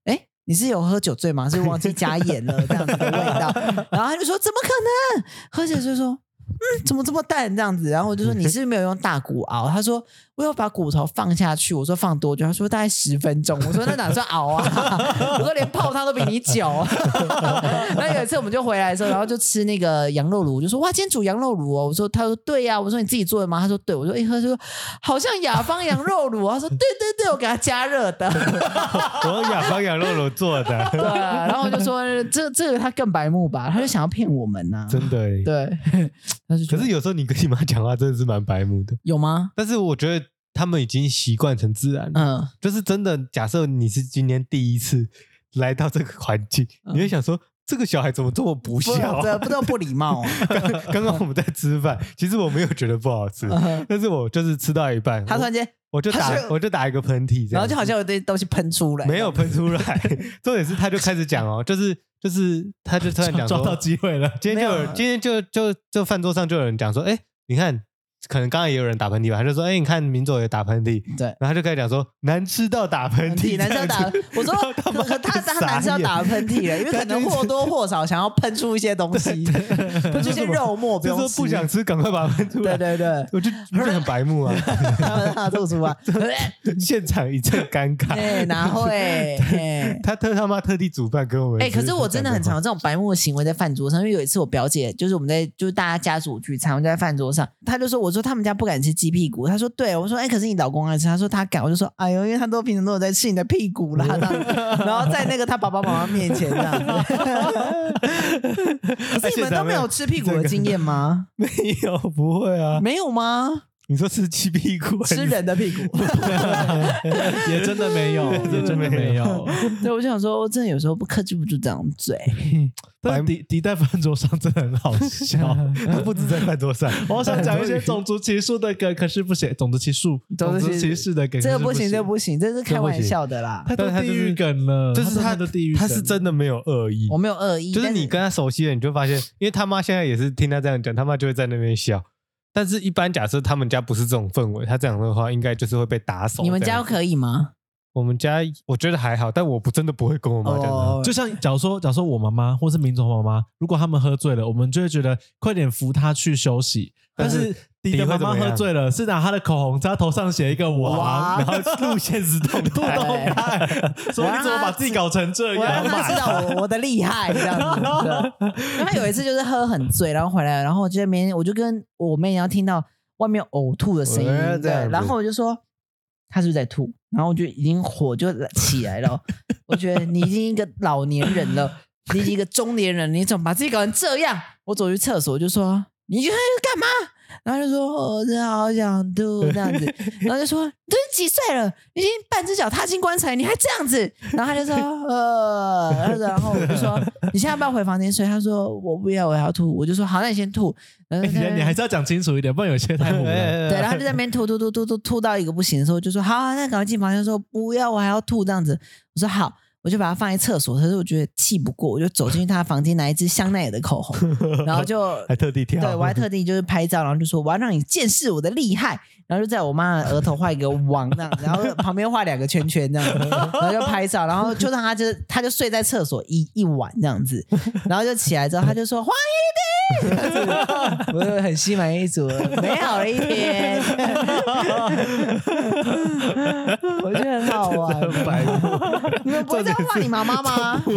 [SPEAKER 3] 哎、你是有喝酒醉吗？是忘记加盐了这样子的味道。然后他就说怎么可能？喝酒就说嗯，怎么这么淡这样子？然后我就说你是不是没有用大骨熬？他说我有把骨头放下去。我说放多久？他说大概十分钟。我说那哪算熬啊？ *laughs* 我说连泡汤都比你久。 *laughs* 那有一次我们就回来的时候，然后就吃那个羊肉炉，我就说哇，今天煮羊肉炉哦。我说他说对呀、我说你自己做的吗？他说对。我说一喝就说好像雅芳羊肉炉啊。他说对对对，我给他加热的。 *laughs*
[SPEAKER 1] 我雅芳羊肉炉做的， *laughs*
[SPEAKER 3] 对，啊然后我就说这这个他更白目吧，他就想要骗我们呐、
[SPEAKER 1] 真的耶。
[SPEAKER 3] 对，他就觉
[SPEAKER 1] 可
[SPEAKER 3] 得
[SPEAKER 1] 是有时候你跟你妈讲话真的是蛮白目的，
[SPEAKER 3] 有吗？
[SPEAKER 1] 但是我觉得他们已经习惯成自然了。
[SPEAKER 3] 嗯，
[SPEAKER 1] 就是真的，假设你是今天第一次来到这个环境，
[SPEAKER 3] 嗯
[SPEAKER 1] 你会想说，这个小孩怎么这么不
[SPEAKER 3] 不，
[SPEAKER 1] 孝、
[SPEAKER 3] 这
[SPEAKER 1] 啊？
[SPEAKER 3] 不都不礼貌、啊。
[SPEAKER 1] 刚刚我们在吃饭，其实我没有觉得不好吃，
[SPEAKER 3] *laughs* 嗯
[SPEAKER 1] 但是我就是吃到一半，
[SPEAKER 3] 他突然间，
[SPEAKER 1] 我我就
[SPEAKER 3] 他
[SPEAKER 1] 打
[SPEAKER 3] 是
[SPEAKER 1] 我就打一个喷嚏这样子，
[SPEAKER 3] 然后就好像有堆东西喷出来，
[SPEAKER 1] 没有喷出来。
[SPEAKER 3] *laughs*
[SPEAKER 1] 重点是他就开始讲哦，就是就是他就突然讲
[SPEAKER 2] *laughs* 抓到
[SPEAKER 1] 说，
[SPEAKER 2] 机会了，
[SPEAKER 1] 今天就有
[SPEAKER 3] 啊
[SPEAKER 1] 人今天就就就饭桌上就有人讲说，哎，你看。可能刚刚也有人打喷嚏吧，他就说：“哎、你看明佐也打喷嚏。”
[SPEAKER 3] 对。
[SPEAKER 1] 然后他就开始讲说：“难吃到打喷嚏，
[SPEAKER 3] 嚏，男生要打，我说
[SPEAKER 1] 然后他妈
[SPEAKER 3] 可可他他
[SPEAKER 1] 傻
[SPEAKER 3] 男生要
[SPEAKER 1] 眼
[SPEAKER 3] 打喷嚏了，因为可能或多或少想要喷出一些东西， *laughs* 喷出一些肉末，不
[SPEAKER 1] 就
[SPEAKER 3] 用
[SPEAKER 1] 说
[SPEAKER 3] 吃
[SPEAKER 1] 不想，吃，赶快把它喷出来。
[SPEAKER 3] 对对对， *laughs*
[SPEAKER 1] 我就觉得很白目啊，
[SPEAKER 3] 他让他
[SPEAKER 1] *laughs*
[SPEAKER 3] 吐出来， *laughs*
[SPEAKER 1] 现场一阵尴尬。
[SPEAKER 3] 哎，
[SPEAKER 1] *laughs*
[SPEAKER 3] 哪会？哎
[SPEAKER 1] 他特他妈特地煮饭给我们吃。
[SPEAKER 3] 哎、可是我真的很常
[SPEAKER 1] 常
[SPEAKER 3] 有这种白目的行为在饭桌上，因为有一次我表姐就是我们在就是大家家族聚餐，我们就在饭桌上，她就说我说他们家不敢吃鸡屁股，她说对，我说哎、可是你老公爱吃，她说他敢，我就说哎呦，因为他都平常都有在吃你的屁股 *laughs* 啦，这样子然后在那个他爸爸妈妈面前这样 *laughs* 子，可是你们都没有吃屁股的经验吗？
[SPEAKER 1] 没有，不会啊。
[SPEAKER 3] 没有吗？
[SPEAKER 1] 你说吃鸡屁股，
[SPEAKER 3] *laughs* 吃人的屁股。
[SPEAKER 2] *laughs* 也真的没有，也真的没有。
[SPEAKER 3] *laughs* *laughs* 对，我就想说，我真的有时候不克制不住这张嘴。
[SPEAKER 2] 但迪迪在饭桌上真的很好
[SPEAKER 3] *laughs*
[SPEAKER 2] 笑。
[SPEAKER 1] 他不止在饭桌上，
[SPEAKER 2] 我想讲一些种族歧视的梗，可是不行，种族歧视，种
[SPEAKER 3] 种族
[SPEAKER 2] 族
[SPEAKER 3] 歧视
[SPEAKER 2] 歧视的梗，
[SPEAKER 3] 这个
[SPEAKER 2] 可是
[SPEAKER 3] 不行，这个
[SPEAKER 2] 不
[SPEAKER 3] 不行，这是开玩笑的啦。
[SPEAKER 2] 太多
[SPEAKER 1] 但他
[SPEAKER 2] 地
[SPEAKER 1] 就是
[SPEAKER 2] 狱梗了，
[SPEAKER 1] 就是
[SPEAKER 2] 他
[SPEAKER 1] 他
[SPEAKER 2] 的地狱梗
[SPEAKER 1] 他
[SPEAKER 2] 了，
[SPEAKER 1] 是真的没有恶意
[SPEAKER 3] 我。没有恶意，
[SPEAKER 1] 就是
[SPEAKER 3] 但
[SPEAKER 1] 你跟他熟悉了，你就发现，因为他妈现在也是听他这样讲，他妈就会在那边笑。但是，一般假设他们家不是这种氛围，他这样的话，应该就是会被打手这样。
[SPEAKER 3] 你们家可以吗？
[SPEAKER 1] 我们家我觉得还好，但我不真的不会跟我妈讲的。
[SPEAKER 3] 哦，
[SPEAKER 2] 就像假如说，假如说我妈妈或是民总妈妈，如果他们喝醉了，我们就会觉得快点扶她去休息。但
[SPEAKER 1] 但是
[SPEAKER 2] 是迪的
[SPEAKER 1] 迪
[SPEAKER 2] 妈
[SPEAKER 1] 会怎
[SPEAKER 2] 妈
[SPEAKER 1] 么样
[SPEAKER 2] 喝醉了，是拿她的口红在她头上写一个王，
[SPEAKER 3] 哇
[SPEAKER 2] 然后录现实动态，
[SPEAKER 3] 态 *laughs*
[SPEAKER 2] *laughs* 说你怎么把自己搞成这
[SPEAKER 3] 我
[SPEAKER 2] 样
[SPEAKER 3] 让他知
[SPEAKER 2] 嘛？
[SPEAKER 3] 道我我的厉害这
[SPEAKER 1] *laughs*
[SPEAKER 3] 样子。对那他有一次就是喝很醉，然后回来，然后我就在那边我就跟我妹，然后听到外面呕吐的声音
[SPEAKER 1] 哎，这
[SPEAKER 3] 对
[SPEAKER 1] 样，子
[SPEAKER 3] 然后我就说他是不是在吐？然后我就已经火就起来了，我觉得你已经一个老年人了，你已经一个中年人，你怎么把自己搞成这样？我走去厕所我就说你去干嘛？然后就说我真的好想吐这样子，
[SPEAKER 2] *laughs*
[SPEAKER 3] 然后就说你都几岁了，已经半只脚踏进棺材，你还这样子？然后他就说呃，然后然后我就说你现在要不要回房间睡？他说我不要，我要吐。我就说好，那你先吐。然后
[SPEAKER 2] 哎
[SPEAKER 3] 他
[SPEAKER 2] 你你还是要讲清楚一点，不然有些太糊了。
[SPEAKER 3] *laughs* 对，然后他就在那边吐吐吐吐吐吐到一个不行的时候，就说好、啊，那赶快进房间。说不要，我还要吐这样子。我说好，我就把它放在厕所。可是我觉得气不过，我就走进去他的房间，拿一支香奈儿的口红，然后就
[SPEAKER 1] 还特地跳，
[SPEAKER 3] 对我还特地就是拍照，然后就说我要让你见识我的厉害，然后就在我妈的额头画一个王这样子，然后旁边画两个圈圈这
[SPEAKER 1] *laughs*
[SPEAKER 3] 样子，然后就拍照，然后就让他就他就睡在厕所一一晚这样子，然后就起来之后他
[SPEAKER 1] *laughs*
[SPEAKER 3] 就说黄一 *laughs* 婷，我就很心满意足，美好的一
[SPEAKER 1] *laughs*
[SPEAKER 3] 天，我觉得很好玩。
[SPEAKER 1] 白目
[SPEAKER 3] 你们不会这样画你妈妈吗？
[SPEAKER 1] 对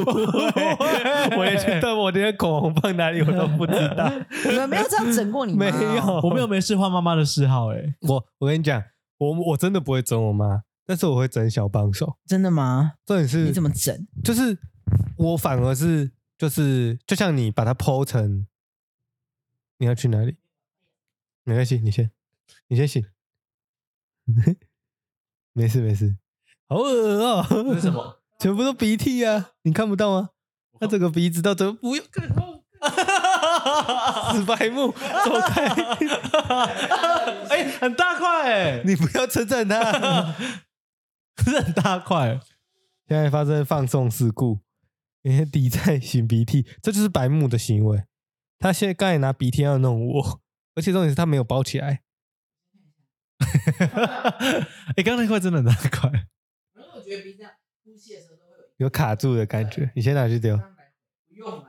[SPEAKER 1] 我也觉得我今天口红放哪里我都不知道。
[SPEAKER 3] 你们没有这样整过你妈
[SPEAKER 1] 没
[SPEAKER 3] 哦？
[SPEAKER 1] 有，
[SPEAKER 2] *laughs* 我没有没事画妈妈的嗜好，哎，
[SPEAKER 1] 我我跟你讲，我我真的不会整我妈，但是我会整小帮手。
[SPEAKER 3] 真的吗？
[SPEAKER 1] 重点是
[SPEAKER 3] 你怎么整？
[SPEAKER 1] 就是我反而是就是就像你把它剖成，你要去哪里？没关系，你先，你先醒。 *laughs* 没事没事，好恶哦、
[SPEAKER 2] 什么？
[SPEAKER 1] 全部都鼻涕啊！你看不到吗？他整个鼻子到整个不用， *laughs* 死白目，走
[SPEAKER 2] *laughs*
[SPEAKER 1] 开！
[SPEAKER 2] *laughs*
[SPEAKER 1] *laughs*
[SPEAKER 2] 哎，很大块，哎，
[SPEAKER 1] 你不要称赞他。
[SPEAKER 2] 是很大块。
[SPEAKER 1] 现在发生放送事故，因为抵在擤鼻涕，这就是白目的行为。他现在刚才拿鼻涕要弄我，而且重点是他没有包起
[SPEAKER 2] *laughs*
[SPEAKER 1] 来。
[SPEAKER 2] 哎，刚刚那块真的很大块。
[SPEAKER 3] 然后我觉得鼻子呼气的时候都会有
[SPEAKER 1] 有卡住的感觉。你先拿去丢，
[SPEAKER 3] 不用啊，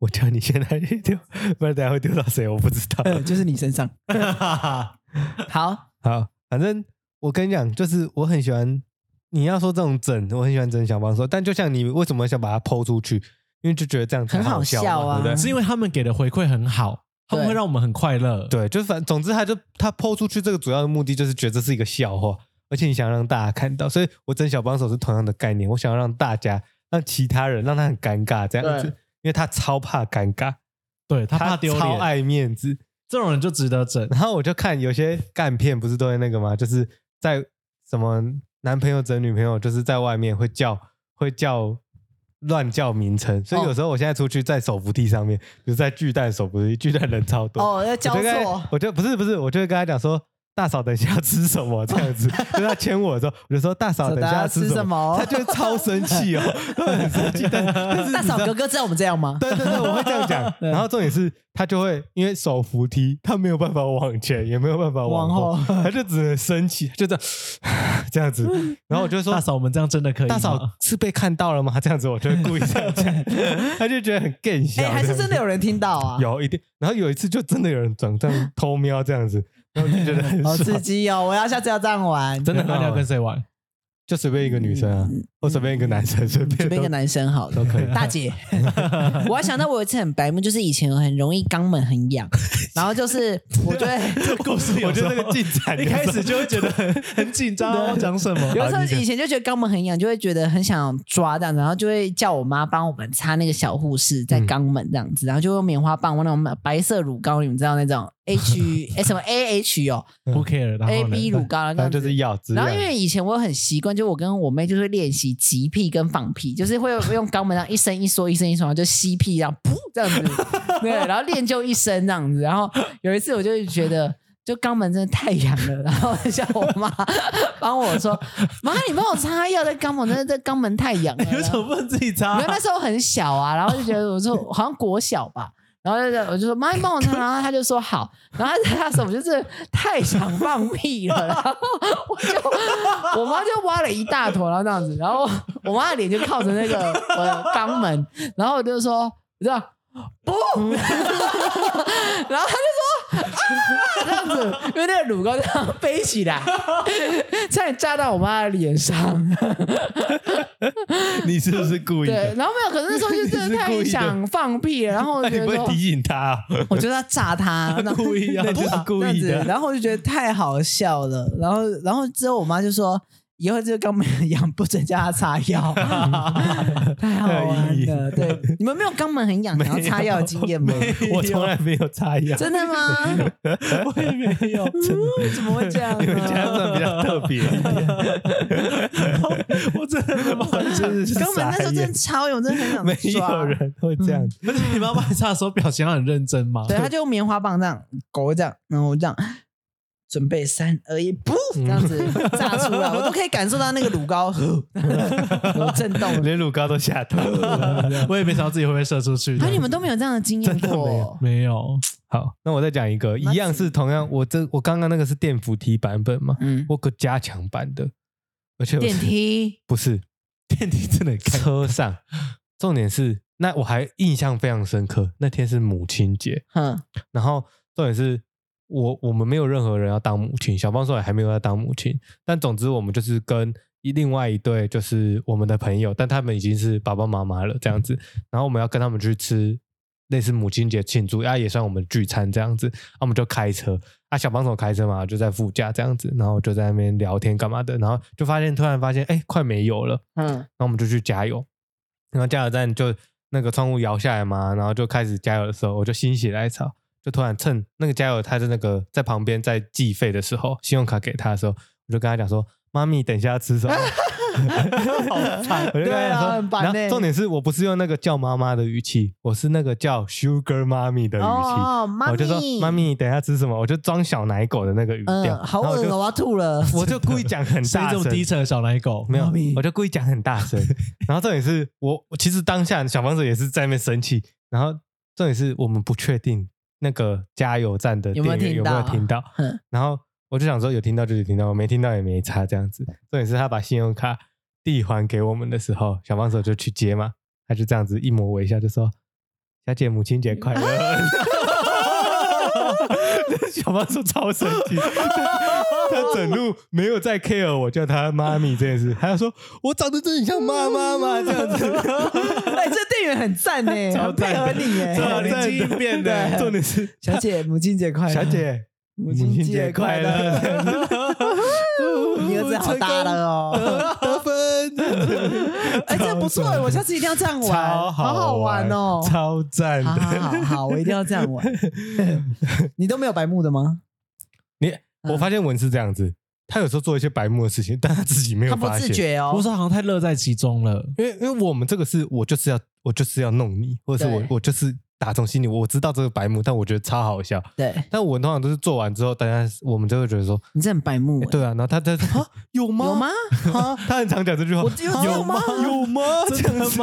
[SPEAKER 1] 我叫你先拿去丢，不然等下会丢到谁我不知
[SPEAKER 2] *laughs*
[SPEAKER 1] 道。 *laughs*
[SPEAKER 3] 呃，就是你身上。好，
[SPEAKER 1] 好，反正我跟你讲，就是我很喜欢。你要说这种整，我很喜欢整小帮手，但就像你为什么想把它剖出去，因为就觉得这样才
[SPEAKER 3] 很好
[SPEAKER 1] 笑
[SPEAKER 3] 笑
[SPEAKER 1] 嘛
[SPEAKER 3] 啊
[SPEAKER 1] 对不
[SPEAKER 2] *laughs* 是
[SPEAKER 1] 对？
[SPEAKER 2] 因为他们给的回馈很好，他们
[SPEAKER 3] 对
[SPEAKER 2] 会让我们很快乐。，
[SPEAKER 1] 对，就是反总之，他就他剖出去这个主要的目的就是觉得这是一个笑话，而且你想让大家看到，所以我整小帮手是同样的概念，我想要让大家让其他人让他很尴尬这样
[SPEAKER 3] 对
[SPEAKER 1] 子，因为他超怕尴尬，
[SPEAKER 2] 对他怕丢
[SPEAKER 1] 超
[SPEAKER 2] 脸，
[SPEAKER 1] 爱面子，
[SPEAKER 2] 这种人就值得整。
[SPEAKER 1] 然后我就看有些干片不是都会那个吗？就是在什么男朋友整女朋友，就是在外面会叫会叫乱叫名称，所以
[SPEAKER 3] 哦
[SPEAKER 1] 有时候我现在出去在手扶梯上面，比如在巨蛋手扶梯，巨蛋人超多，
[SPEAKER 3] 哦，要交
[SPEAKER 1] 我就跟他
[SPEAKER 3] 错，
[SPEAKER 1] 我就不是不是，我就会跟他讲说。大嫂，等一下要吃什么？这样
[SPEAKER 3] *laughs*
[SPEAKER 1] 子，就是他牵我的时候，我就说大嫂，
[SPEAKER 3] 大
[SPEAKER 1] 等一下
[SPEAKER 3] 家
[SPEAKER 1] 要
[SPEAKER 3] 吃什
[SPEAKER 1] 什
[SPEAKER 3] 么
[SPEAKER 1] 他就会超生气
[SPEAKER 3] *laughs*
[SPEAKER 1] 哦，他会很生气，但但是
[SPEAKER 3] 大嫂哥哥知道我们这样吗？
[SPEAKER 1] 对对对，我会这样
[SPEAKER 3] *laughs*
[SPEAKER 1] 讲。
[SPEAKER 3] 嗯
[SPEAKER 1] 然后重点是，他就会因为手扶梯，他没有办法往前，也没有办法往后，
[SPEAKER 3] 往
[SPEAKER 1] 他就只能升起，就这样 *sighs* 这样子。
[SPEAKER 3] 嗯
[SPEAKER 1] 然后我就说
[SPEAKER 2] 大。嫂，我们这样真的可以吗？
[SPEAKER 1] 大嫂是被看到了吗？这样子，我就会故意这样
[SPEAKER 3] *laughs*
[SPEAKER 1] 讲，他就觉得很更笑。
[SPEAKER 3] 哎，还是真的有人听到啊？
[SPEAKER 1] 有一定。然后有一次就真的有人转这样偷瞄这
[SPEAKER 3] *laughs*
[SPEAKER 1] 样子，然后我就觉得很
[SPEAKER 3] 好刺
[SPEAKER 1] 爽，
[SPEAKER 3] 激哦！我要下次要这样玩。
[SPEAKER 2] 真的，
[SPEAKER 1] 很好
[SPEAKER 2] 那你要跟谁玩？
[SPEAKER 1] 就随便一个女生啊
[SPEAKER 3] 嗯，
[SPEAKER 1] 或随便一个男生，随
[SPEAKER 3] 随
[SPEAKER 1] 便 *laughs*
[SPEAKER 3] 便一
[SPEAKER 1] 都
[SPEAKER 3] 个男生好了
[SPEAKER 1] 都，可以。
[SPEAKER 3] 大姐，我还想到我有一次很白目，就是以前很容易肛门很痒，然后就是我就会
[SPEAKER 2] 这故事
[SPEAKER 1] 我
[SPEAKER 2] 有
[SPEAKER 1] 觉
[SPEAKER 2] 时候
[SPEAKER 1] 得那个进展
[SPEAKER 2] 一开始就
[SPEAKER 1] *laughs*
[SPEAKER 2] 会觉得很很紧张哦，讲什么？
[SPEAKER 3] 有时
[SPEAKER 1] 啊
[SPEAKER 3] 候以前就觉得肛门很痒，就会觉得很想抓这样子，然后就会叫我妈帮我们擦那个小护士在肛门这样子，然后就用棉花棒或那种白色乳膏，你们知道那种 H 哎什么 A H 哦
[SPEAKER 2] Who care？然
[SPEAKER 3] A
[SPEAKER 2] 后
[SPEAKER 3] B
[SPEAKER 2] 呢？
[SPEAKER 3] 乳膏，然后这
[SPEAKER 1] 然后
[SPEAKER 3] 样
[SPEAKER 1] 就
[SPEAKER 3] 子
[SPEAKER 1] 是咬字啊，
[SPEAKER 3] 然后因为以前我很习惯，就我跟我妹就是会练习急屁跟放屁， *laughs* 就是会用肛门上一伸一缩一伸一缩，然后就吸屁，然后噗这样子，对，然后练就一身这样子。然后有一次我就觉得。就肛门真的太痒了，然后叫我妈 *laughs* 帮我说：“妈，你帮我擦药，在肛门，真的这肛门太痒了。”
[SPEAKER 2] *laughs* *laughs* 有什么不能自己
[SPEAKER 3] 然
[SPEAKER 2] 擦
[SPEAKER 3] 啊 *laughs* 后？那时候很小啊，然后就觉得我说好像国小吧，然后就我就说妈，你帮我拿，然后他就说好，然后他 *laughs* 他手就是太想放屁了，然后我就我妈就挖了一大坨，然后这样子，然后我妈的脸就靠着那个我的肛门，然后我就说我这样不，
[SPEAKER 1] 嗯
[SPEAKER 3] *laughs* 然后他就说啊这样子，因为那个乳沟这样飞起来，差点炸到我妈的脸上。
[SPEAKER 1] *laughs* 你是不是故意
[SPEAKER 3] 对，
[SPEAKER 1] 的？
[SPEAKER 3] 然后没有，可是那时候就真
[SPEAKER 1] 你
[SPEAKER 3] 的
[SPEAKER 1] 是故
[SPEAKER 3] 太
[SPEAKER 1] 意的
[SPEAKER 3] 想放屁了，然后我
[SPEAKER 1] 那
[SPEAKER 3] 觉
[SPEAKER 1] 你
[SPEAKER 3] 得
[SPEAKER 1] 不会
[SPEAKER 3] 说
[SPEAKER 1] 提，醒他啊？
[SPEAKER 3] 我觉得要炸他，
[SPEAKER 1] *laughs*
[SPEAKER 3] 然后
[SPEAKER 1] 故意啊，那就是 *laughs* 故意
[SPEAKER 3] 这样
[SPEAKER 1] 的
[SPEAKER 3] 子，。然后我就觉得太好笑了，然后然后之后我妈就说。以后这个肛门痒不准叫他擦
[SPEAKER 1] *laughs*
[SPEAKER 3] 药，太好
[SPEAKER 1] 哎
[SPEAKER 3] 玩了。对，你们没有肛门很痒然后擦药的经验吗？
[SPEAKER 1] 我从来 *laughs* 没有擦药，
[SPEAKER 3] 真的吗？
[SPEAKER 2] 我也没
[SPEAKER 1] *laughs*
[SPEAKER 2] 有，真的
[SPEAKER 3] 嗯怎么会这样
[SPEAKER 1] 你们家
[SPEAKER 3] 呢？
[SPEAKER 1] 算比较特别一点。
[SPEAKER 2] 我 *laughs* 真的没有
[SPEAKER 1] 真的是
[SPEAKER 3] 肛门那时候
[SPEAKER 1] 傻
[SPEAKER 3] 真的
[SPEAKER 1] 眼
[SPEAKER 3] 超痒，真的很
[SPEAKER 1] *laughs*
[SPEAKER 3] 想
[SPEAKER 1] 没
[SPEAKER 3] 抓
[SPEAKER 1] 有。人会这样。
[SPEAKER 2] 而且你妈帮你擦的时候表情要很认真
[SPEAKER 1] 哦
[SPEAKER 2] 嘛？
[SPEAKER 3] 对，啊他就用棉花棒这样勾这样，然后这样准备三二一，噗，这样子
[SPEAKER 1] 嗯
[SPEAKER 3] 炸出来，我都可以感受到那个乳
[SPEAKER 1] *laughs*
[SPEAKER 3] 膏有震动。啊
[SPEAKER 1] 连乳膏都吓
[SPEAKER 3] *laughs*
[SPEAKER 1] 到。
[SPEAKER 2] *laughs* 我也没想到自己会被射出去的。
[SPEAKER 3] 啊，你们都没有这样的经验
[SPEAKER 1] 真的没有
[SPEAKER 3] 过？哦
[SPEAKER 2] 没有？
[SPEAKER 1] 好，那我再讲一个，一样是同样，我这我刚刚那个是电扶梯版本嘛， *laughs*
[SPEAKER 3] 嗯，
[SPEAKER 1] 我有个加强版的，而且我
[SPEAKER 3] 电
[SPEAKER 1] 是
[SPEAKER 3] 梯
[SPEAKER 1] 不是
[SPEAKER 2] 电梯真的很开，
[SPEAKER 1] 车上，重点是那我还印象非常深刻，那天是母亲节，
[SPEAKER 3] 哼，
[SPEAKER 1] 然后重点是我我们没有任何人要当母亲，小芳说也还没有要当母亲，但总之我们就是跟一另外一对就是我们的朋友，但他们已经是爸爸妈妈了这样子，然后我们要跟他们去吃类似母亲节庆祝，啊也算我们聚餐这样子，啊我们就开车，啊小帮手开车嘛，就在副驾这样子，然后就在那边聊天干嘛的，然后就发现突然发现哎快没油了。
[SPEAKER 3] 嗯，
[SPEAKER 1] 然后我们就去加油，然后加油站就那个窗户摇下来嘛，然后就开始加油的时候，我就心血来潮，就突然趁那个加油他在那个在旁边在计费的时候，信用卡给他的时候，我就跟他讲说：“妈咪，等一下要吃什
[SPEAKER 3] *laughs*
[SPEAKER 1] 么？” *laughs* 好
[SPEAKER 3] 烦
[SPEAKER 1] 我就跟他
[SPEAKER 3] 对啊
[SPEAKER 1] 讲
[SPEAKER 3] 很
[SPEAKER 1] 说，
[SPEAKER 3] 烦
[SPEAKER 1] 然
[SPEAKER 3] 欸
[SPEAKER 1] 后重点是我不是用那个叫妈妈的语气，我是那个叫 Sugar 妈咪的语气，
[SPEAKER 3] 哦，妈
[SPEAKER 1] 我就说：“
[SPEAKER 3] 咪，
[SPEAKER 1] 妈，咪，等一下吃什么？”我就装小奶狗的那个语调，
[SPEAKER 3] 嗯，好
[SPEAKER 1] 然后我
[SPEAKER 3] 恶
[SPEAKER 1] 就
[SPEAKER 3] 哦，我要吐了。
[SPEAKER 1] 我就故意讲
[SPEAKER 3] *laughs*
[SPEAKER 1] 很
[SPEAKER 2] 谁
[SPEAKER 1] 大
[SPEAKER 2] 这
[SPEAKER 1] 声，
[SPEAKER 2] 么低沉的小奶狗？
[SPEAKER 1] 没有
[SPEAKER 3] 妈咪，
[SPEAKER 1] 我就故意讲很大
[SPEAKER 3] *laughs*
[SPEAKER 1] 声。然后重点是我，我其实当下小房子也是在那边生气。然后重点是我们不确定那个加油站的
[SPEAKER 3] 有没有
[SPEAKER 1] 店员有
[SPEAKER 3] 听
[SPEAKER 1] 没有
[SPEAKER 3] 到
[SPEAKER 1] 听到。
[SPEAKER 3] 嗯
[SPEAKER 1] 然后我就想说，有听到就有听到，没听到也没差这样子。重点是他把信用卡递还给我们的时候，小帮手就去接嘛，他就这样子一抹微笑，就说：“小姐，母亲节
[SPEAKER 3] 嗯
[SPEAKER 1] 快乐。 *laughs* 小帮手超生气，他整路没有在 care 我叫他妈咪这件事，他就说我长得真的很像妈妈嘛这样子，
[SPEAKER 3] *laughs* 哎，这店员
[SPEAKER 1] *laughs*
[SPEAKER 3] 很赞呢，
[SPEAKER 1] 超
[SPEAKER 3] 很配合
[SPEAKER 1] 赞的
[SPEAKER 3] 你
[SPEAKER 1] 超
[SPEAKER 2] 这
[SPEAKER 1] 赞的
[SPEAKER 3] 哎。
[SPEAKER 2] 灵机应
[SPEAKER 3] *laughs*
[SPEAKER 2] 变
[SPEAKER 3] 的
[SPEAKER 1] 重点是
[SPEAKER 3] 小姐，母亲节快乐！
[SPEAKER 1] 小，姐
[SPEAKER 3] 母
[SPEAKER 1] 母
[SPEAKER 3] 亲
[SPEAKER 1] 亲
[SPEAKER 3] 节
[SPEAKER 1] 节快
[SPEAKER 3] 快乐
[SPEAKER 1] 乐！ *laughs*
[SPEAKER 3] 你儿子好大了哦。
[SPEAKER 1] 得得分，
[SPEAKER 3] 哎，这不错哎，我下次一定要这样玩，
[SPEAKER 1] 超
[SPEAKER 3] 好好玩哦。
[SPEAKER 1] 超赞
[SPEAKER 3] 好好
[SPEAKER 1] 的。
[SPEAKER 3] 好好，我一定要
[SPEAKER 1] *laughs*
[SPEAKER 3] 这样玩。你都没有白目的吗？
[SPEAKER 1] 你我发现文是这样子，他有时候做一些白目的事情，但他自己没
[SPEAKER 3] 他
[SPEAKER 1] 有
[SPEAKER 3] 不
[SPEAKER 1] 发
[SPEAKER 3] 自
[SPEAKER 1] 现。
[SPEAKER 3] 觉哦
[SPEAKER 2] 我。说好像太乐在其中了。
[SPEAKER 1] 因为因为我们这个是我就是要我就是要弄你，或者是我
[SPEAKER 3] 对
[SPEAKER 1] 我就是打从心里我知道这个白目，但我觉得超好笑。
[SPEAKER 3] 对，
[SPEAKER 1] 但我通常都是做完之后，大家我们就会觉得说，
[SPEAKER 3] 你这很白目
[SPEAKER 1] 诶
[SPEAKER 3] 哎。
[SPEAKER 1] 对啊，然后他他说啊有吗
[SPEAKER 3] 有
[SPEAKER 1] *laughs*
[SPEAKER 3] 吗？？
[SPEAKER 1] 啊，他很常讲这句话，
[SPEAKER 3] 我只有这
[SPEAKER 1] 有
[SPEAKER 3] 样吗
[SPEAKER 1] 有
[SPEAKER 3] *laughs*
[SPEAKER 1] 吗？这样子？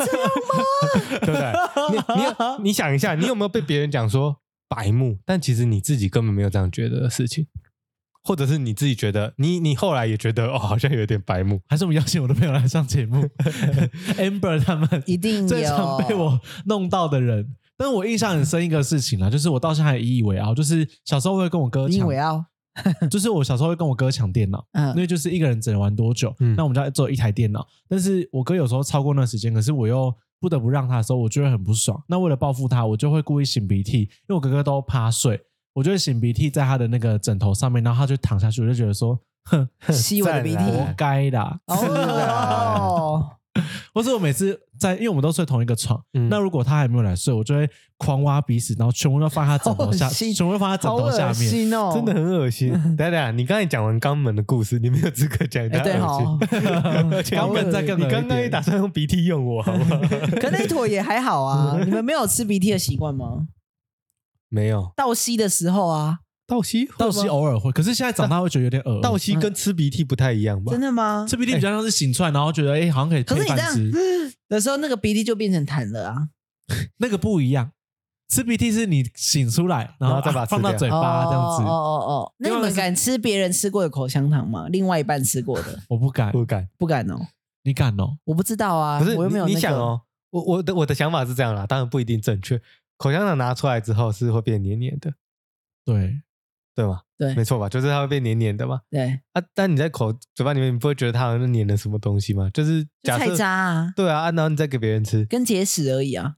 [SPEAKER 1] 对不 *laughs* 对？你你你想一下，你有没有被别人讲说白目，但其实你自己根本没有这样觉得的事情，或者是你自己觉得你你后来也觉得哦，好像有点白目，
[SPEAKER 2] 还是我们邀请我的朋友来上
[SPEAKER 1] *laughs*
[SPEAKER 2] 节目，Amber 他们
[SPEAKER 3] 一定
[SPEAKER 2] 最常被
[SPEAKER 3] 有。
[SPEAKER 2] 我弄到的人。但我印象很深一个事情啦，啊就是我到现在还引以为傲，啊就是小时候会跟我哥
[SPEAKER 3] 你以
[SPEAKER 2] 抢
[SPEAKER 3] 为，啊要
[SPEAKER 2] 就是我小时候会跟我哥抢电脑，因
[SPEAKER 3] 嗯
[SPEAKER 2] 为就是一个人只能玩多久，
[SPEAKER 1] 嗯
[SPEAKER 2] 那我们家只有一台电脑，但是我哥有时候超过那时间，可是我又不得不让他的时候，我就会很不爽。那为了报复他，我就会故意擤鼻涕，因为我哥哥都趴睡，我就会擤鼻涕在他的那个枕头上面，然后他就躺下去，我就觉得说，哼，
[SPEAKER 3] 吸我的鼻涕
[SPEAKER 1] 赞啊
[SPEAKER 2] 活
[SPEAKER 1] 啦
[SPEAKER 2] 该啦。
[SPEAKER 1] *laughs*
[SPEAKER 3] 哦，
[SPEAKER 2] 或是我每次在，因为我们都睡同一个床，
[SPEAKER 1] 嗯
[SPEAKER 2] 那如果他还没有来睡，我就会狂挖鼻屎，然后全部都放在他枕头
[SPEAKER 3] 好
[SPEAKER 2] 下，
[SPEAKER 3] 恶心
[SPEAKER 2] 全部都放在枕
[SPEAKER 3] 好
[SPEAKER 2] 头下
[SPEAKER 3] 恶
[SPEAKER 2] 面。
[SPEAKER 3] 心哦，
[SPEAKER 1] 真的。很恶心。 *laughs* 等一下等一下，你刚才讲完肛门的故事，你没有资格讲
[SPEAKER 3] 哎，
[SPEAKER 1] 他
[SPEAKER 3] 对
[SPEAKER 1] 恶
[SPEAKER 3] 哈，
[SPEAKER 1] 心。 *laughs* 而且
[SPEAKER 2] 肛门
[SPEAKER 1] 你
[SPEAKER 2] 再更恶一
[SPEAKER 1] 你
[SPEAKER 2] 点
[SPEAKER 1] 刚刚也打算用鼻涕用我，好吗？
[SPEAKER 3] 可那一坨也还好啊。你们没有吃鼻涕的习惯吗？
[SPEAKER 1] *laughs* 没有，
[SPEAKER 3] 倒吸的时候啊，
[SPEAKER 1] 倒吸会吗
[SPEAKER 2] 倒吸偶尔会，可是现在长大会觉得有点恶
[SPEAKER 1] 倒吸跟吃鼻涕不太一样吧
[SPEAKER 3] 真？的吗？
[SPEAKER 2] 吃鼻
[SPEAKER 1] 哎
[SPEAKER 2] 涕比较像是醒出来，然后觉得哎、诶好像可以
[SPEAKER 3] 可是
[SPEAKER 2] 配
[SPEAKER 3] 你这
[SPEAKER 2] 饭吃，
[SPEAKER 3] 样的时候，那个鼻涕就变成痰了啊。
[SPEAKER 2] 那个不一样。吃鼻涕是你醒出来，
[SPEAKER 1] 然
[SPEAKER 2] 然
[SPEAKER 1] 后
[SPEAKER 2] 后
[SPEAKER 1] 再把它
[SPEAKER 2] 啊
[SPEAKER 1] 吃掉
[SPEAKER 2] 放到嘴巴这样
[SPEAKER 3] 哦
[SPEAKER 2] 子，
[SPEAKER 3] 哦哦哦，那你们敢吃别人吃过的口香糖吗？另外一半吃过的，
[SPEAKER 2] 我不敢，
[SPEAKER 1] 不敢。
[SPEAKER 3] 不敢哦，
[SPEAKER 2] 你敢哦？
[SPEAKER 3] 我不知道啊，
[SPEAKER 1] 可是
[SPEAKER 3] 我又没有、那
[SPEAKER 1] 你
[SPEAKER 3] 个
[SPEAKER 1] 你想，哦，我我的我的想法是这样啦，当然不一定正确。口香糖拿出来之后是会变黏黏的，
[SPEAKER 2] 对，
[SPEAKER 1] 对吗？
[SPEAKER 3] 对
[SPEAKER 1] 没错吧？就是它会变黏黏的嘛。
[SPEAKER 3] 对，
[SPEAKER 1] 啊，但你在口嘴巴里面，你不会觉得它好像是黏了什么东西吗？就是
[SPEAKER 3] 就
[SPEAKER 1] 假
[SPEAKER 3] 菜
[SPEAKER 1] 设
[SPEAKER 3] 渣啊，
[SPEAKER 1] 对啊，啊然后你再给别人
[SPEAKER 3] *laughs*
[SPEAKER 1] 吃，
[SPEAKER 3] 跟结石而已啊，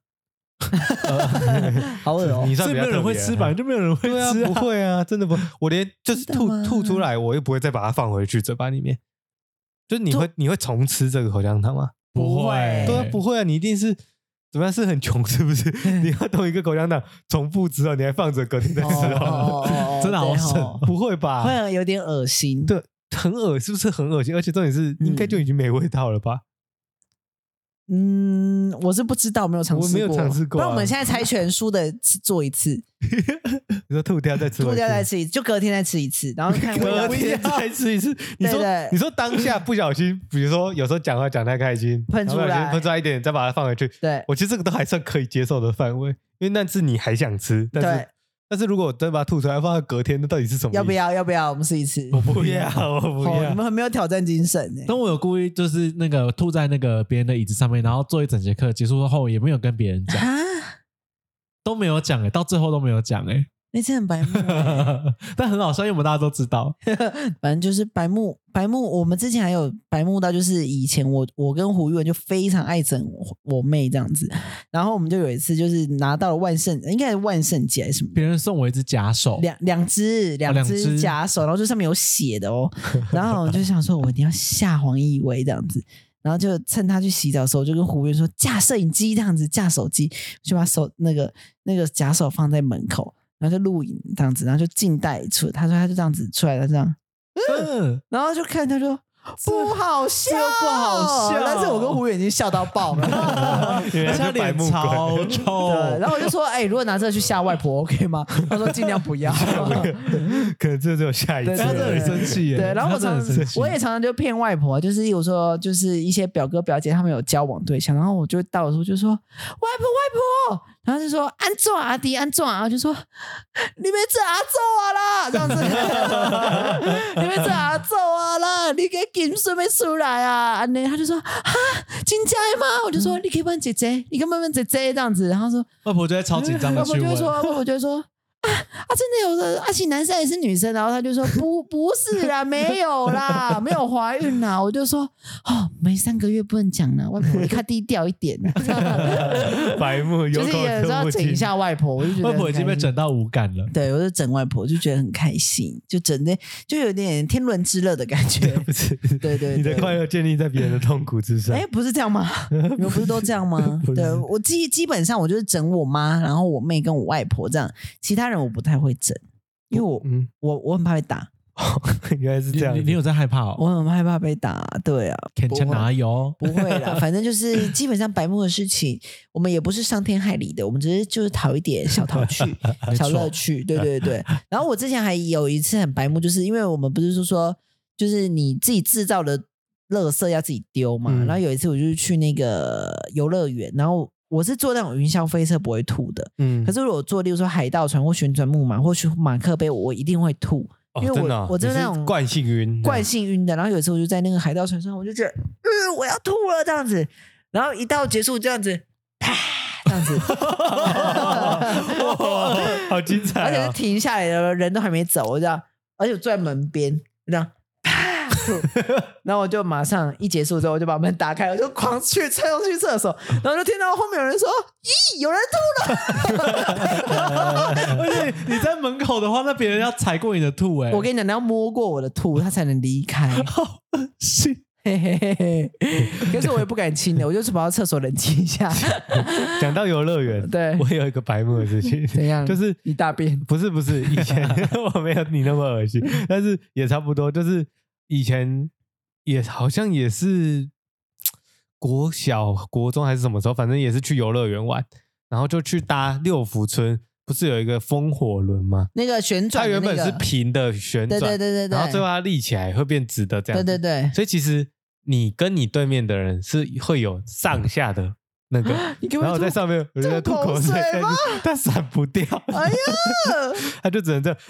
[SPEAKER 3] *laughs* 好恶哦、
[SPEAKER 1] 你算
[SPEAKER 2] 所以
[SPEAKER 1] 比较
[SPEAKER 2] 没有人会
[SPEAKER 1] 特别
[SPEAKER 2] 吃，吧？就没有人会
[SPEAKER 1] 呃对啊，
[SPEAKER 2] 吃
[SPEAKER 1] 不会啊，真的不，我
[SPEAKER 3] *laughs*
[SPEAKER 1] 连就是
[SPEAKER 3] 真的
[SPEAKER 1] 吐
[SPEAKER 3] 吗
[SPEAKER 1] 吐出来，我又不会再把它放回去嘴巴里面。就是你
[SPEAKER 3] 就
[SPEAKER 1] 会你会重吃这个口香糖吗？
[SPEAKER 2] 不
[SPEAKER 3] 哎
[SPEAKER 2] 会，
[SPEAKER 1] 对啊，不会啊，你一定是怎么样？是很穷是不
[SPEAKER 3] *laughs*
[SPEAKER 1] 是？你要同一个口香糖重复吃啊，你还放着隔天再
[SPEAKER 3] 哦
[SPEAKER 1] 吃啊？
[SPEAKER 3] 哦哦哦
[SPEAKER 2] 真的好省
[SPEAKER 3] 对哦
[SPEAKER 1] *laughs* 不会吧？
[SPEAKER 3] 会有点恶心。
[SPEAKER 1] 对很恶，是不是很恶心？而且重点是，应该就已经没味道了吧？
[SPEAKER 3] 嗯，我是不知道，没有尝试过，
[SPEAKER 1] 我没有尝试过啊
[SPEAKER 3] 不然我们现在猜拳输的吃做一次，
[SPEAKER 1] 你说吐掉再吃，
[SPEAKER 3] 吐掉再，吃一次，就隔天再吃一次，然后看味
[SPEAKER 1] *laughs* 隔
[SPEAKER 3] 道怎么
[SPEAKER 1] 天
[SPEAKER 3] 样
[SPEAKER 1] 啊再吃一次。你
[SPEAKER 3] *laughs* 对
[SPEAKER 1] 说
[SPEAKER 3] 对，
[SPEAKER 1] 你说当下不小心，比如说有时候讲话讲太开心，
[SPEAKER 3] 喷出
[SPEAKER 1] 然后不小心
[SPEAKER 3] 来
[SPEAKER 1] 喷出来一点，再把它放回去。
[SPEAKER 3] 对
[SPEAKER 1] 我觉得这个都还算可以接受的范围，因为那次你还想吃，但
[SPEAKER 3] 对
[SPEAKER 1] 是但是如果我真把它吐出来放到隔天，那到底是什么意思？
[SPEAKER 3] 要不要要不要我们试一次？
[SPEAKER 1] 我不要，我不
[SPEAKER 3] *laughs* 哦，
[SPEAKER 1] 要
[SPEAKER 3] 你。们很没有挑战精神
[SPEAKER 1] *laughs*
[SPEAKER 3] 欸呢、
[SPEAKER 2] 但我有故意就是那个吐在那个别人的椅子上面，然后做一整节课结束后也没有跟别人
[SPEAKER 1] *laughs*
[SPEAKER 2] 讲，
[SPEAKER 3] 啊，
[SPEAKER 2] 都没有讲哎、到最后都没有讲
[SPEAKER 1] *laughs*
[SPEAKER 2] 哎、
[SPEAKER 3] 那次很白目、 *laughs* 欸，
[SPEAKER 2] 但很好笑，因为我们大家都知道，
[SPEAKER 3] 反正就是白目白目。我们之前还有白目到，就是以前我我跟胡玉文就非常爱整我我妹这样子，然后我们就有一次就是拿到了万圣，应该是万圣节还是什么。
[SPEAKER 2] 别人送我一只假手，
[SPEAKER 3] 两两只哦两
[SPEAKER 2] 两
[SPEAKER 3] 只
[SPEAKER 2] 只
[SPEAKER 3] 假手，然后就上面有血的 *laughs* 哦。然后我就想说，我一定要吓黄奕威这样子。然后就趁他去洗澡的时候，我就跟胡云说架摄影机这样子，架手机，就把手那个那个假手放在门口，然后就录影这样子，然后就静待出。他说他就这样子出来了，这样，
[SPEAKER 2] 嗯，
[SPEAKER 3] 然后就看他说不好笑，
[SPEAKER 2] 这不好笑
[SPEAKER 3] 但是我跟胡云已经笑到爆了。
[SPEAKER 1] *laughs* 原来
[SPEAKER 2] 而且他
[SPEAKER 1] 是白
[SPEAKER 2] 脸
[SPEAKER 1] 目
[SPEAKER 2] 超
[SPEAKER 1] 鬼，
[SPEAKER 2] 臭，
[SPEAKER 3] *laughs* 对，然后我就说，哎、如果拿这个去吓外婆，OK 吗？他说 *laughs* 尽量不要。
[SPEAKER 1] *laughs* 可能这只有下一次
[SPEAKER 3] 对
[SPEAKER 1] 而已。
[SPEAKER 2] 他真的很生气耶，
[SPEAKER 3] 对，然后我
[SPEAKER 2] 他真的
[SPEAKER 3] 常
[SPEAKER 2] 很生气
[SPEAKER 3] 我也常常就骗外婆，就是有时候就是一些表哥表姐他们有交往对象，然后我就到的时候就说外婆外婆，然后就说安坐阿迪安坐啊，然后就说你们这阿揍啊啦，这样子，你 *laughs* 们这阿揍啊啦，你给金顺便出来啊，安内他就说哈金家吗？我就说你可以问姐姐，你可以问问姐姐这样子，然后说
[SPEAKER 2] 外婆就会超紧
[SPEAKER 3] *laughs*
[SPEAKER 2] 张的
[SPEAKER 3] 外婆
[SPEAKER 2] 去
[SPEAKER 3] 就会
[SPEAKER 2] 问，
[SPEAKER 3] 说，外婆就会说。啊啊！真的有的，而且男生也是女生，然后他就说不不是啦，没有啦，没有怀孕啦。我就说哦，没三个月不能讲啦，外婆你看低调一
[SPEAKER 2] *laughs*
[SPEAKER 3] 点，
[SPEAKER 1] *laughs* 白目，
[SPEAKER 3] *laughs* 就
[SPEAKER 1] 有
[SPEAKER 3] 是
[SPEAKER 1] 口
[SPEAKER 3] 有时
[SPEAKER 1] 说
[SPEAKER 3] 候
[SPEAKER 1] 不
[SPEAKER 3] 整一
[SPEAKER 1] 清。
[SPEAKER 3] 下外婆，我就觉得
[SPEAKER 2] 外婆已经被
[SPEAKER 3] 很开心
[SPEAKER 2] 整到无感了。
[SPEAKER 3] 对，我就整外婆，就觉得很开心，就整的就有点天伦之乐的感
[SPEAKER 2] *laughs*
[SPEAKER 3] 觉。
[SPEAKER 1] *laughs* 不是，
[SPEAKER 3] 对对对，
[SPEAKER 1] 你的快乐建立在别人的痛苦之上
[SPEAKER 3] 哎、。不是这样吗？你们不是都这样吗？
[SPEAKER 1] 不是
[SPEAKER 3] 对我基基本上我就是整我妈，然后我妹跟我外婆这样，其他人我不太会整，因为我
[SPEAKER 1] 嗯， *laughs*
[SPEAKER 3] 我我很怕被打，
[SPEAKER 1] 原来是
[SPEAKER 2] 你
[SPEAKER 1] 这样
[SPEAKER 2] 你。你有在害怕哦？
[SPEAKER 3] 我很害怕被打。对啊，
[SPEAKER 2] 肯
[SPEAKER 3] 不
[SPEAKER 2] 枪
[SPEAKER 3] 会
[SPEAKER 2] 哪有？
[SPEAKER 3] 不会啦，反正就是基本上白目的事情，我们也不是伤天害理的，我们只是就是讨一点小淘
[SPEAKER 1] *laughs*
[SPEAKER 3] 趣、小乐趣，对对对。然后我之前还有一次很白目，就是因为我们不是说说，就是你自己制造的垃圾要自己丢嘛。
[SPEAKER 1] 嗯
[SPEAKER 3] 然后有一次我就是去那个游乐园，然后我是坐那种云霄飞车不会吐的，
[SPEAKER 1] 嗯
[SPEAKER 3] 可是如果坐例如说海盗船或旋转木马或去马克杯，我一定会吐。
[SPEAKER 1] 哦
[SPEAKER 3] 因为我
[SPEAKER 1] 真的哦
[SPEAKER 3] 我真的
[SPEAKER 1] 你
[SPEAKER 3] 那种
[SPEAKER 1] 惯性晕，
[SPEAKER 3] 惯性晕的。然后有一次我就在那个海盗船上，我就觉得，嗯、我要吐了这样子。然后一到结束这样子，啪这
[SPEAKER 1] *laughs*
[SPEAKER 3] 样子，
[SPEAKER 1] 哇， *laughs* 好精
[SPEAKER 3] *laughs* 而
[SPEAKER 1] 彩
[SPEAKER 3] 且是
[SPEAKER 1] 啊！
[SPEAKER 3] 停下来的人都还没走，我这样，而且我坐在门边这样。
[SPEAKER 1] *laughs*
[SPEAKER 3] 啪吐然后我就马上一结束之后，我就把门打开，我就狂去冲去厕所，然后就听到后面有人说：“咦，有人 *laughs*
[SPEAKER 2] 而且你在门口的话，那别人要踩过你的吐哎、
[SPEAKER 3] 吐！”我跟你讲，你要摸过我的吐，他才能离
[SPEAKER 1] *laughs*
[SPEAKER 3] 开。
[SPEAKER 2] 好恶心，
[SPEAKER 3] 嘿嘿嘿嘿，可是我也不敢亲的，我就是跑到厕所冷静
[SPEAKER 1] *laughs*
[SPEAKER 3] 一下。
[SPEAKER 1] 讲到游乐园，
[SPEAKER 3] 对
[SPEAKER 1] 我有一个白目的事情，
[SPEAKER 3] 怎样？
[SPEAKER 1] 就是
[SPEAKER 3] 一大便。
[SPEAKER 1] *laughs* 不是不是，以前我没有你那么恶心，但是也差不多，就是以前也好像也是国小、国中还是什么时候，反正也是去游乐园玩，然后就去搭六福村，不是有一个风火轮吗？
[SPEAKER 3] 那个旋转
[SPEAKER 1] 它
[SPEAKER 3] 的那
[SPEAKER 1] 原
[SPEAKER 3] 个，
[SPEAKER 1] 本是平的旋
[SPEAKER 3] 对
[SPEAKER 1] 转，
[SPEAKER 3] 对对对对，
[SPEAKER 1] 然后最后它立起来会变直的这样
[SPEAKER 3] 对
[SPEAKER 1] 子，
[SPEAKER 3] 对对，
[SPEAKER 1] 所以其实你跟你对面的人是会有上下的那个，
[SPEAKER 3] *laughs* 你给
[SPEAKER 1] 然后
[SPEAKER 3] 我
[SPEAKER 1] 我在上面我就在吐
[SPEAKER 3] 吐
[SPEAKER 1] 口
[SPEAKER 3] 口
[SPEAKER 1] 水
[SPEAKER 3] 水
[SPEAKER 1] 下去
[SPEAKER 3] 吗，
[SPEAKER 1] *laughs* 但闪不掉，
[SPEAKER 3] 哎呀，
[SPEAKER 1] 他就只能这样， *laughs*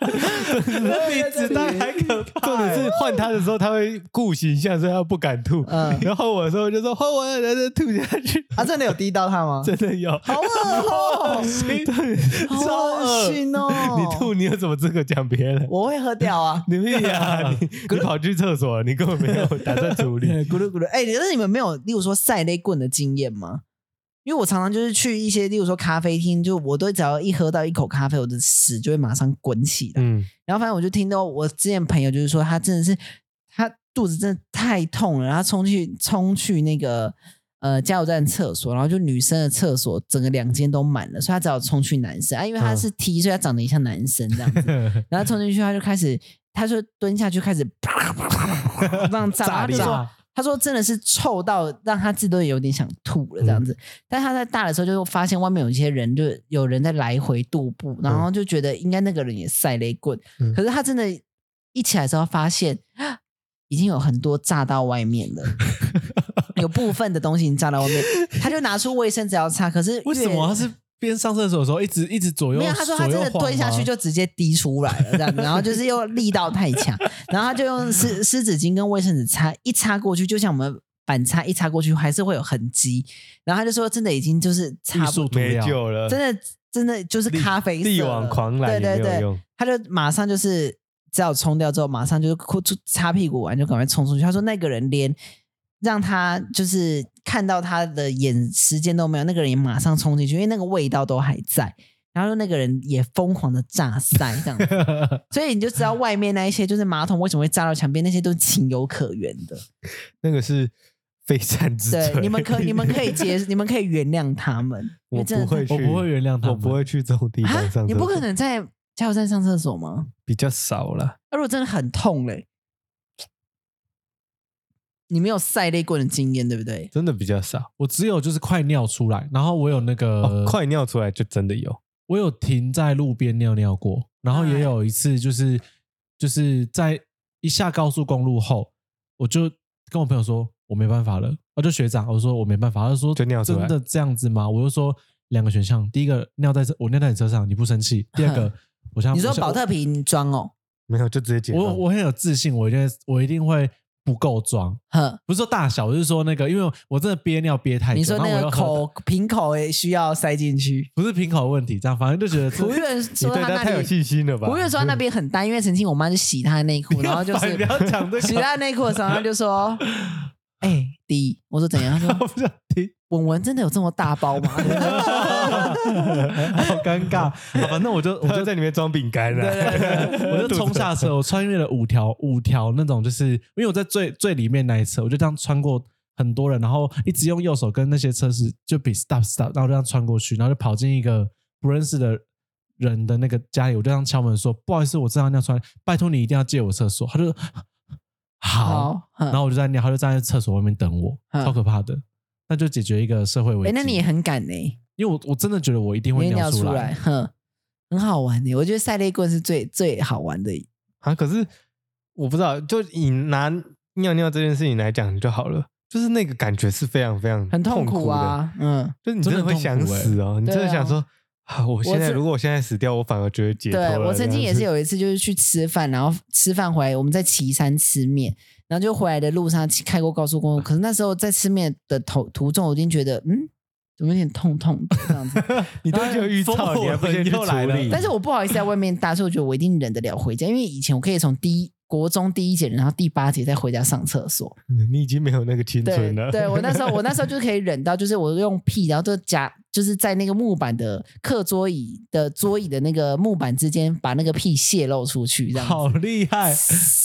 [SPEAKER 1] 呃，比子弹还可怕。重点是换他的时候，他会顾形象，所以他不敢吐。
[SPEAKER 3] 嗯
[SPEAKER 1] *laughs* 然后我的时候就说换我了，然后就吐下去，
[SPEAKER 3] 啊，真的有滴到他吗？
[SPEAKER 1] 真的有，
[SPEAKER 3] 好恶哦，
[SPEAKER 1] *laughs* 超
[SPEAKER 3] 好恶
[SPEAKER 1] 恶
[SPEAKER 3] 心哦！
[SPEAKER 1] *laughs* 你吐，你有什么资格讲别人？！
[SPEAKER 3] 我会喝掉啊
[SPEAKER 1] *laughs* 你屁呀！你你跑去厕所了，你根本没有打算处理。
[SPEAKER 3] 咕噜咕噜，哎、可是你们没有，例如说晒内棍的经验吗？因为我常常就是去一些，例如说咖啡厅，就我都只要一喝到一口咖啡，我的屎就会马上滚起来。
[SPEAKER 1] 嗯，
[SPEAKER 3] 然后反正我就听到我之前朋友就是说，他真的是他肚子真的太痛了，然后冲去冲去那个呃加油站厕所，然后就女生的厕所整个两间都满了，所以他只好冲去男生啊，因为他
[SPEAKER 1] 嗯
[SPEAKER 3] 是 T，、所以他长得也像男生这
[SPEAKER 2] *laughs*
[SPEAKER 3] 样子。然后冲进去，他就开始，他就蹲下去开
[SPEAKER 2] *laughs*
[SPEAKER 3] 始 *laughs* 让炸，
[SPEAKER 2] 炸
[SPEAKER 3] 他就
[SPEAKER 2] 裂
[SPEAKER 3] 说
[SPEAKER 2] 啊，
[SPEAKER 3] 他说真的是臭到让他自己都有点想吐了这样
[SPEAKER 2] 嗯
[SPEAKER 3] 子。但他在大的时候就发现外面有一些人，就有人在来回踱步，然
[SPEAKER 2] 嗯
[SPEAKER 3] 后就觉得应该那个人也晒雷棍。
[SPEAKER 1] 嗯
[SPEAKER 3] 可是他真的，一起来之后发现啊已经有很多炸到外面
[SPEAKER 2] *laughs*
[SPEAKER 3] 了。有部分的东西已经炸到外面，他就拿出卫生纸要擦，可是
[SPEAKER 2] 为什
[SPEAKER 3] 越
[SPEAKER 2] 么他是边上厕所的时候一直一直左右？
[SPEAKER 3] 没有，他说他真的
[SPEAKER 2] 左右晃
[SPEAKER 3] 蹲下去
[SPEAKER 2] 吗
[SPEAKER 3] 就直接滴出来了，这样子，然后就是又力道太强，然后他就用湿湿纸巾跟卫生纸擦，一擦过去，就像我们反擦一擦过去还是会有痕迹，然后他就说真的已经就是擦
[SPEAKER 2] 艺术
[SPEAKER 3] 不，
[SPEAKER 2] 涂
[SPEAKER 1] 没
[SPEAKER 2] 料
[SPEAKER 1] 救了，
[SPEAKER 3] 真的真的就是咖啡色了
[SPEAKER 1] 力挽狂澜也
[SPEAKER 3] 对
[SPEAKER 1] 没
[SPEAKER 3] 对
[SPEAKER 1] 有
[SPEAKER 3] 对
[SPEAKER 1] 用，
[SPEAKER 3] 他就马上就是只好冲掉之后，马上就是哭出擦屁股完就赶快冲出去。他说那个人连让他就是看到他的眼时间都没有，那个人也马上冲进去，因为那个味道都还在。然后说那个人也疯狂的炸塞这样
[SPEAKER 1] *laughs*
[SPEAKER 3] 子，所以你就知道外面那一些就是马桶为什么会炸到墙边，那些都情有可原
[SPEAKER 1] *laughs*
[SPEAKER 3] 的。
[SPEAKER 1] 那个是非善之罪。
[SPEAKER 3] 对，你们可你们
[SPEAKER 1] *laughs*
[SPEAKER 3] 可以接，你们可以原谅他们，
[SPEAKER 1] 我
[SPEAKER 3] 因为真
[SPEAKER 1] 不
[SPEAKER 3] 的
[SPEAKER 1] 会
[SPEAKER 3] 太
[SPEAKER 1] 去，
[SPEAKER 2] 我不会原谅他
[SPEAKER 1] 我不
[SPEAKER 2] 们
[SPEAKER 1] 会去这种地方上厕所。
[SPEAKER 3] 啊，你不可能在加油站上厕所吗？
[SPEAKER 1] 比较少了。
[SPEAKER 3] 那如果真的很痛嘞，你没有晒泪棍的经验，对不对？
[SPEAKER 1] 真的比较少、
[SPEAKER 2] 我只有就是快尿出来，然后我有那个、
[SPEAKER 1] 哦，快尿出来就真的有，
[SPEAKER 2] 我有停在路边尿尿过，然
[SPEAKER 3] 哎
[SPEAKER 2] 后也有一次就是就是在一下高速公路后，我就跟我朋友说我没办法了，我就学长我说我没办法，他就说
[SPEAKER 1] 就尿出来
[SPEAKER 2] 真的这样子吗？我就说两个选项，第一个尿在这我尿在你车上你不生气，第二
[SPEAKER 3] *laughs*
[SPEAKER 2] 个我想
[SPEAKER 3] 你说
[SPEAKER 2] 我想
[SPEAKER 3] 保特瓶装哦，
[SPEAKER 1] 没有就直接解放。
[SPEAKER 2] 我我很有自信，我一定我一定会不够装。
[SPEAKER 3] 呵，
[SPEAKER 2] 不是说大小，我是说那个，因为我真的憋尿憋太久，
[SPEAKER 3] 你说那
[SPEAKER 2] 哎然后
[SPEAKER 3] 个
[SPEAKER 2] 我又喝
[SPEAKER 3] 口瓶口也需要塞进去。
[SPEAKER 2] 不是瓶口问题，这样反正就觉得 *laughs*
[SPEAKER 3] 服务员
[SPEAKER 1] 你
[SPEAKER 3] 说
[SPEAKER 1] 对他
[SPEAKER 3] 他
[SPEAKER 1] 太
[SPEAKER 3] 那
[SPEAKER 1] 有
[SPEAKER 3] 里，
[SPEAKER 1] 信心了吧？
[SPEAKER 3] 服务员说
[SPEAKER 1] *laughs*
[SPEAKER 3] 他那边很大，因为曾经我妈就洗他的内裤，然后就
[SPEAKER 2] 不要
[SPEAKER 3] 是
[SPEAKER 2] 讲这
[SPEAKER 3] 洗
[SPEAKER 2] 个，
[SPEAKER 3] 他的内裤的时候，他就
[SPEAKER 2] *laughs*
[SPEAKER 3] 说：“哎、第一，我说怎样？”他说：“
[SPEAKER 2] 我不想听，
[SPEAKER 3] 文文真的有这么大包吗？”
[SPEAKER 2] *laughs* 好尴
[SPEAKER 3] *laughs*
[SPEAKER 2] 尬。好吧，那我就
[SPEAKER 1] *laughs* 我
[SPEAKER 2] 我
[SPEAKER 1] 就
[SPEAKER 2] 就
[SPEAKER 1] 在里面装饼干了、啊
[SPEAKER 3] 对对
[SPEAKER 2] *laughs* 我就冲下车，我穿越了五条五条那种，就是因为我在最最里面那一侧，我就这样穿过很多人，然后一直用右手跟那些车是就比 stop stop，然后这样穿过去，然后就跑进一个不认识的人的那个家里，我就这样敲门说：“不好意思，我正要尿出来，拜托你一定要借我厕所。”他就好，
[SPEAKER 3] 好，然
[SPEAKER 2] 然后我就在尿，他就站在厕所外面等我，
[SPEAKER 3] 嗯
[SPEAKER 2] 超可怕的。那就解决一个社会危
[SPEAKER 3] 哎、
[SPEAKER 2] 机。
[SPEAKER 3] 那你也很敢呢、
[SPEAKER 2] 因为我我真的觉得我一定会
[SPEAKER 3] 你尿
[SPEAKER 2] 尿出
[SPEAKER 3] 出
[SPEAKER 2] 来
[SPEAKER 3] 来，，哼，很好玩呢、我觉得赛雷棍是最最好玩的
[SPEAKER 1] *laughs* 啊！可是我不知道，就以拿尿尿这件事情来讲就好了，就是那个感觉是非常非常
[SPEAKER 3] 很痛
[SPEAKER 1] 苦
[SPEAKER 3] 苦
[SPEAKER 1] 的，
[SPEAKER 3] 啊，嗯，
[SPEAKER 1] 就是你真的会想死哦，你真的想说。啊！我现
[SPEAKER 3] 我
[SPEAKER 1] 在
[SPEAKER 3] 是
[SPEAKER 1] 如果我现在死掉，我反而觉得解脱
[SPEAKER 3] 对
[SPEAKER 1] 了。
[SPEAKER 3] 我曾经也是有一次，就是去吃饭，然后吃饭回来，我们在岐山吃面，然后就回来的路上骑开过高速公路，可是那时候在吃面的途途中，我已经觉得嗯，怎么有点痛痛的这样 *laughs* 子，
[SPEAKER 1] 这样子， *laughs* 你都已经有预
[SPEAKER 2] 风
[SPEAKER 1] 兆，
[SPEAKER 2] 火
[SPEAKER 1] 你还不先去
[SPEAKER 2] 轮又来
[SPEAKER 1] 处
[SPEAKER 2] 了
[SPEAKER 1] 理？
[SPEAKER 3] 但是我不好意思在外面搭，所以我觉得我一定忍得了回家，因为以前我可以从第一国中第一节，然后第八节再回家上厕所，
[SPEAKER 1] *laughs* 你已经没有那个青
[SPEAKER 3] 对
[SPEAKER 1] 春了。
[SPEAKER 3] 对，我那时候我那时候就可以忍到，就是我用屁，然后就夹，就是在那个木板的课桌椅的桌椅的那个木板之间，把那个屁泄露出去，这样
[SPEAKER 2] 好
[SPEAKER 3] 子。
[SPEAKER 2] 厉害！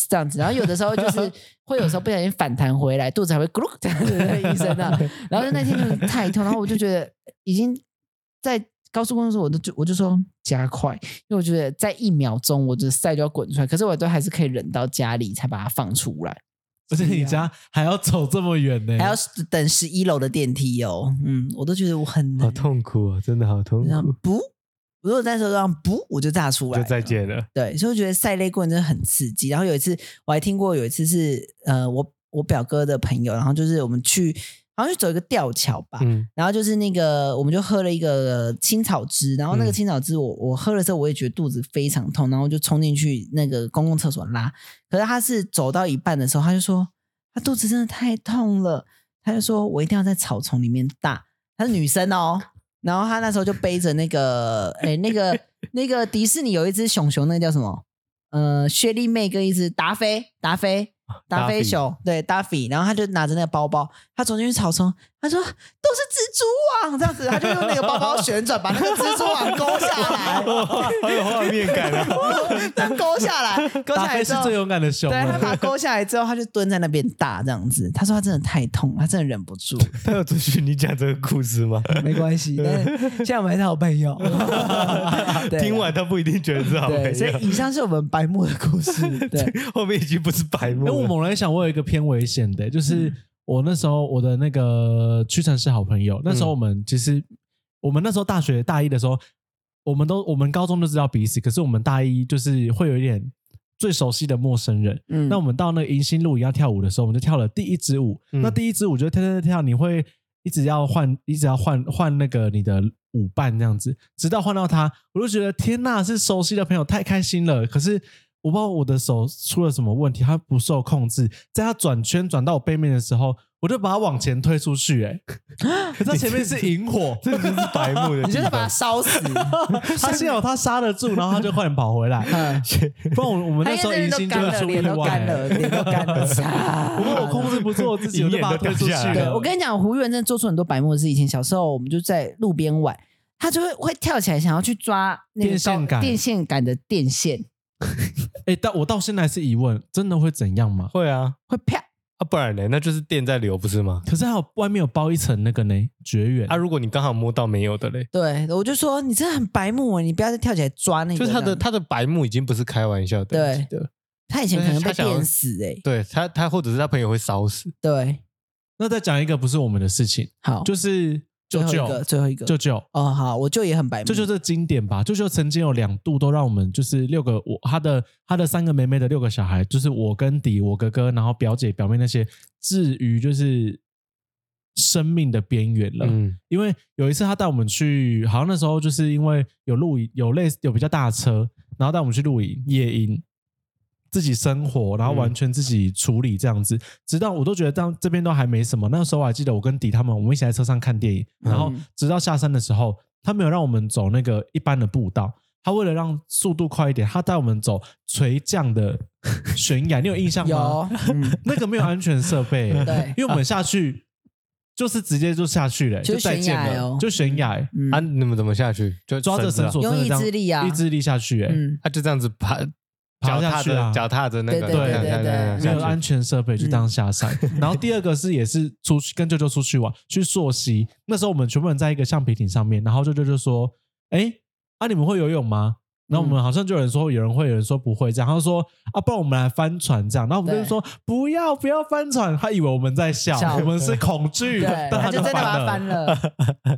[SPEAKER 3] 这样子，然后有的时候就是会有时候不小心反弹回来，肚子还会咕噜这样子的一声啊。然后就那天就是太痛，然后我就觉得已经在高速公路的时候，我都就我就说加快，因为我觉得在一秒钟我的塞就要滚出来，可是我都还是可以忍到家里才把它放出来。
[SPEAKER 2] 而且你家还要走这么远呢，
[SPEAKER 3] 啊还要等十一楼的电梯哦。嗯，我都觉得我
[SPEAKER 1] *laughs*
[SPEAKER 3] 很
[SPEAKER 1] 好
[SPEAKER 3] 难。
[SPEAKER 1] 痛苦哦，真的好痛
[SPEAKER 3] 这样
[SPEAKER 1] 苦。
[SPEAKER 3] 不，如果在车上不，我就炸出来
[SPEAKER 1] 就
[SPEAKER 3] 了。
[SPEAKER 1] 再见
[SPEAKER 3] *laughs*
[SPEAKER 1] 了。
[SPEAKER 3] 对，所以我觉得赛雷棍真的很刺激。然后有一次我还听过，有一次是呃，我我表哥的朋友，然后就是我们去好像就走一个吊桥吧，
[SPEAKER 1] 嗯， *laughs*
[SPEAKER 3] 然后就是那个，我们就喝了一个青草汁，然后那
[SPEAKER 1] 嗯
[SPEAKER 3] 个青草汁我，我喝了之后，我也觉得肚子非常痛，然后就冲进去那个公共厕所拉。可是他是走到一半的时候，他就说他肚子真的太痛了，他就说我一定要在草丛里面大。她是女生
[SPEAKER 2] *laughs*
[SPEAKER 3] 哦，然后她那时候就背着那个，哎，那个那个迪士尼有一只熊熊，那个叫什么？呃，薛丽妹跟一只达菲，达菲，达菲
[SPEAKER 1] Duffy
[SPEAKER 3] 熊，对，达菲。然后他就拿着那个包包，他走进去草丛，他说都是蜘蛛网这样子，他就用那个包包旋转，把那个蜘蛛网勾下
[SPEAKER 2] *laughs*
[SPEAKER 3] 来，
[SPEAKER 1] 好有画面感
[SPEAKER 3] *laughs*
[SPEAKER 1] 啊！
[SPEAKER 3] 但勾下来，勾下
[SPEAKER 2] 大
[SPEAKER 3] 来之
[SPEAKER 2] 飞是
[SPEAKER 3] 后。
[SPEAKER 2] 最勇敢的熊
[SPEAKER 3] 对他把它
[SPEAKER 2] 了。
[SPEAKER 3] 勾下来之后，他就蹲在那边打这样子。他说他真的太痛了，他真的忍不住。
[SPEAKER 1] 他有准许你讲这个故事
[SPEAKER 3] *laughs*
[SPEAKER 1] 吗？
[SPEAKER 3] 没关系，但是 *laughs* 现在我们还是好朋友。对
[SPEAKER 1] 听完他不一定觉得是好朋
[SPEAKER 3] 啊对，所
[SPEAKER 1] 友，
[SPEAKER 3] 以以上是我们白目的故事。对，
[SPEAKER 1] *laughs* 后面已经不是白目
[SPEAKER 2] *laughs* 哎，我
[SPEAKER 1] 了。
[SPEAKER 2] 猛然想，我有一个偏危险的，就是我那时候我的那个屈臣氏好朋友，那时候我们其实我们那时候大学大一的时候，我们都我们高中都知道彼此，可是我们大一就是会有一点最熟悉的陌生人。
[SPEAKER 3] *laughs* 嗯
[SPEAKER 2] 那我们到那个迎新路要跳舞的时候，我们就跳了第一支舞。
[SPEAKER 1] 嗯。
[SPEAKER 2] 那第一支舞就跳跳跳跳，你会一直要换，一直要换换那个你的舞伴这样子，直到换到他，我就觉得天呐，是熟悉的朋友，太开心了。可是我不知道我的手出了什么问题，它不受控制，在它转圈转到我背面的时候，我就把它往前推出去、欸，可是它前面是萤火
[SPEAKER 1] *laughs* 这不是白目的地方，
[SPEAKER 3] *laughs* 你就是把他烧死。
[SPEAKER 2] 他幸好他刹得住，然后他就快点跑回来，
[SPEAKER 3] *laughs* 嗯，
[SPEAKER 2] 不然我我们
[SPEAKER 3] 他
[SPEAKER 2] 那
[SPEAKER 3] 应
[SPEAKER 2] 时候
[SPEAKER 3] 该
[SPEAKER 2] 迎
[SPEAKER 3] 人
[SPEAKER 2] 新
[SPEAKER 3] 都
[SPEAKER 2] 就
[SPEAKER 3] 干
[SPEAKER 2] 会
[SPEAKER 3] 了，
[SPEAKER 2] 出意
[SPEAKER 3] 脸都
[SPEAKER 2] 外、
[SPEAKER 3] 干了，脸都干了。 *laughs*
[SPEAKER 2] 不过我控制不住我自己，我就把它推出去
[SPEAKER 1] 对
[SPEAKER 2] 了。
[SPEAKER 3] 对，我跟你讲，胡玉文真的做出很多白目的事。以前小时候，我们就在路边玩，他就会会跳起来想要去抓那个
[SPEAKER 2] 电线
[SPEAKER 3] 高
[SPEAKER 2] 杆
[SPEAKER 3] 电线杆的电线，
[SPEAKER 2] 哎、但我到现在是疑问，真的会怎样吗？
[SPEAKER 1] 会啊
[SPEAKER 3] 会啪。
[SPEAKER 1] 啊，不然呢？那就是电在流，不是吗？
[SPEAKER 2] 可是还有外面有包一层那个呢，绝缘。
[SPEAKER 1] 啊，如果你刚好摸到没有的嘞，
[SPEAKER 3] 对，我就说你真的很白目，欸你不要再跳起来抓那个。
[SPEAKER 1] 就是他的
[SPEAKER 3] 这样
[SPEAKER 1] 他的白目已经不是开玩笑的，
[SPEAKER 3] 对
[SPEAKER 1] 我记得
[SPEAKER 3] 他以前可能
[SPEAKER 1] 他
[SPEAKER 3] 被
[SPEAKER 1] 想要
[SPEAKER 3] 电死哎、
[SPEAKER 1] 对他他或者是他朋友会烧死，
[SPEAKER 3] 对，
[SPEAKER 2] 那再讲一个不是我们的事情，
[SPEAKER 3] 好，
[SPEAKER 2] 就
[SPEAKER 3] 哦
[SPEAKER 2] 是
[SPEAKER 3] 最
[SPEAKER 2] 舅
[SPEAKER 3] 后一
[SPEAKER 2] 舅
[SPEAKER 3] 个，，最后一个，
[SPEAKER 2] 舅舅，
[SPEAKER 3] 哦，好，我舅也很白目，
[SPEAKER 2] 舅舅这经典吧。舅舅曾经有两度都让我们就是六个我他的他的三个妹妹的六个小孩，就是我跟弟、我哥哥，然后表姐、表妹那些，至于就是生命的边缘了。
[SPEAKER 1] 嗯
[SPEAKER 2] 因为有一次他带我们去，好像那时候就是因为有露营，有类似有比较大的车，然后带我们去露营夜营，自己生活，然后完全自己处理这样子。直到我都觉得到这边都还没什么。那时候啊我还记得我跟迪他们，我们一起在车上看电影，然后直到下山的时候，他没有让我们走那个一般的步道。他为了让速度快一点，他带我们走垂降的悬崖，你有印象吗？
[SPEAKER 3] 有，嗯，
[SPEAKER 2] 那个没有安全设备、
[SPEAKER 3] *laughs* 对
[SPEAKER 2] 因为我们下去就是直接就下去了、
[SPEAKER 3] 就是
[SPEAKER 2] 再见
[SPEAKER 3] 悬崖
[SPEAKER 2] 了，
[SPEAKER 3] 哦
[SPEAKER 2] 就悬崖、
[SPEAKER 3] *laughs* 嗯
[SPEAKER 1] 啊，你们怎么下去？就
[SPEAKER 2] 抓着
[SPEAKER 1] 绳
[SPEAKER 2] 绳
[SPEAKER 1] 子啊，
[SPEAKER 2] 索，
[SPEAKER 3] 用
[SPEAKER 2] 真的这样
[SPEAKER 3] 意志力啊
[SPEAKER 2] 意志力下去、欸，
[SPEAKER 3] 嗯，
[SPEAKER 1] 他就这样子爬，*laughs* 脚
[SPEAKER 2] 爬下
[SPEAKER 1] 踏
[SPEAKER 2] 去
[SPEAKER 1] 着
[SPEAKER 2] 啊
[SPEAKER 1] 脚踏着那个，
[SPEAKER 3] 对对
[SPEAKER 1] 这样这
[SPEAKER 3] 对对
[SPEAKER 1] 样
[SPEAKER 3] 对
[SPEAKER 1] 这
[SPEAKER 2] 没
[SPEAKER 1] 样
[SPEAKER 2] 有安全设备就这样下山。
[SPEAKER 3] 嗯
[SPEAKER 2] *laughs* 然后第二个是也是出去跟舅舅出去玩，去溯溪。那时候我们全部人在一个橡皮艇上面，然后舅舅就说：“哎，啊你们会游泳吗？”
[SPEAKER 3] 嗯
[SPEAKER 2] 然后我们好像就有人说有人会，有人说不会，这样他就说啊，不然我们来翻船这样。然后我们就
[SPEAKER 3] 对
[SPEAKER 2] 说不要不要翻船，他以为我们在笑，
[SPEAKER 3] 笑
[SPEAKER 2] 我们是恐惧，
[SPEAKER 3] 对，
[SPEAKER 2] 但
[SPEAKER 3] 他
[SPEAKER 2] 他
[SPEAKER 3] 就真的把它
[SPEAKER 2] 了
[SPEAKER 3] 翻了，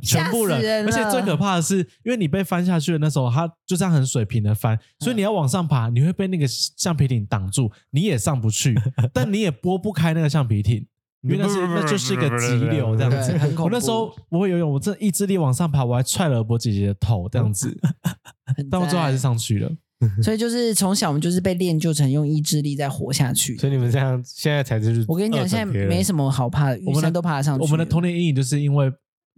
[SPEAKER 3] *laughs*
[SPEAKER 2] *laughs* 全部
[SPEAKER 3] 吓死人
[SPEAKER 2] 人，
[SPEAKER 3] 了
[SPEAKER 2] 而且最可怕的是，因为你被翻下去的那时候，它就这样很水平的翻，
[SPEAKER 3] 嗯
[SPEAKER 2] 所以你要往上爬，你会被那个橡皮艇挡住，你也上不
[SPEAKER 3] *laughs*
[SPEAKER 2] 去，但你也拨不开那个橡皮艇，因
[SPEAKER 1] 啊
[SPEAKER 2] 为那是那就是一个急流这样
[SPEAKER 3] 对，
[SPEAKER 2] 子。
[SPEAKER 3] 很恐怖。
[SPEAKER 2] 我那时候不会游泳，我真的意志力往上爬，我还踹了我姐姐的头这样子，
[SPEAKER 3] 嗯很
[SPEAKER 2] 但我最后还是
[SPEAKER 3] 赞，
[SPEAKER 2] 上去了。
[SPEAKER 3] 所以就是从小我们就是被练就成用意志力在活下去。
[SPEAKER 1] *laughs* 所以你们这样现在才是
[SPEAKER 3] 我跟你
[SPEAKER 2] 哦
[SPEAKER 3] 讲，现在没
[SPEAKER 1] 么。
[SPEAKER 3] 什么好怕的，雨
[SPEAKER 2] 我们的
[SPEAKER 3] 山都爬得上去。嗯
[SPEAKER 2] 我们的童年阴影就是因为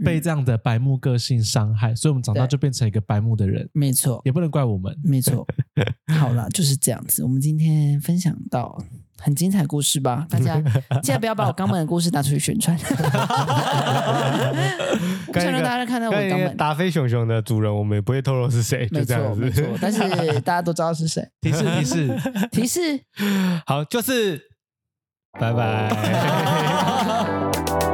[SPEAKER 2] 被这样的白目个性伤害，所以我们长大
[SPEAKER 3] 对
[SPEAKER 2] 就变成一个白目的人，
[SPEAKER 3] 没错，
[SPEAKER 2] 也不能怪
[SPEAKER 3] *laughs*
[SPEAKER 2] 我们。
[SPEAKER 3] 没
[SPEAKER 2] *laughs*
[SPEAKER 3] 错。好了，就是这样子。我们今天分享到很精彩的故事吧，大
[SPEAKER 2] *laughs*
[SPEAKER 3] 家现在不要把我肛门的故事拿出去宣传， *laughs* 我不想让大家看到我
[SPEAKER 1] 那
[SPEAKER 3] 的肛
[SPEAKER 1] 那个
[SPEAKER 3] 门。
[SPEAKER 1] 达菲熊熊的主人，我们也不会透露是谁，就
[SPEAKER 3] 没
[SPEAKER 1] 这
[SPEAKER 3] 错，
[SPEAKER 1] 样
[SPEAKER 3] 没错
[SPEAKER 1] 子。。
[SPEAKER 3] 但是
[SPEAKER 1] *laughs*
[SPEAKER 3] 大家都知道是谁。
[SPEAKER 2] 提示提示，
[SPEAKER 3] 提示。 *laughs*
[SPEAKER 1] 好，就是拜拜。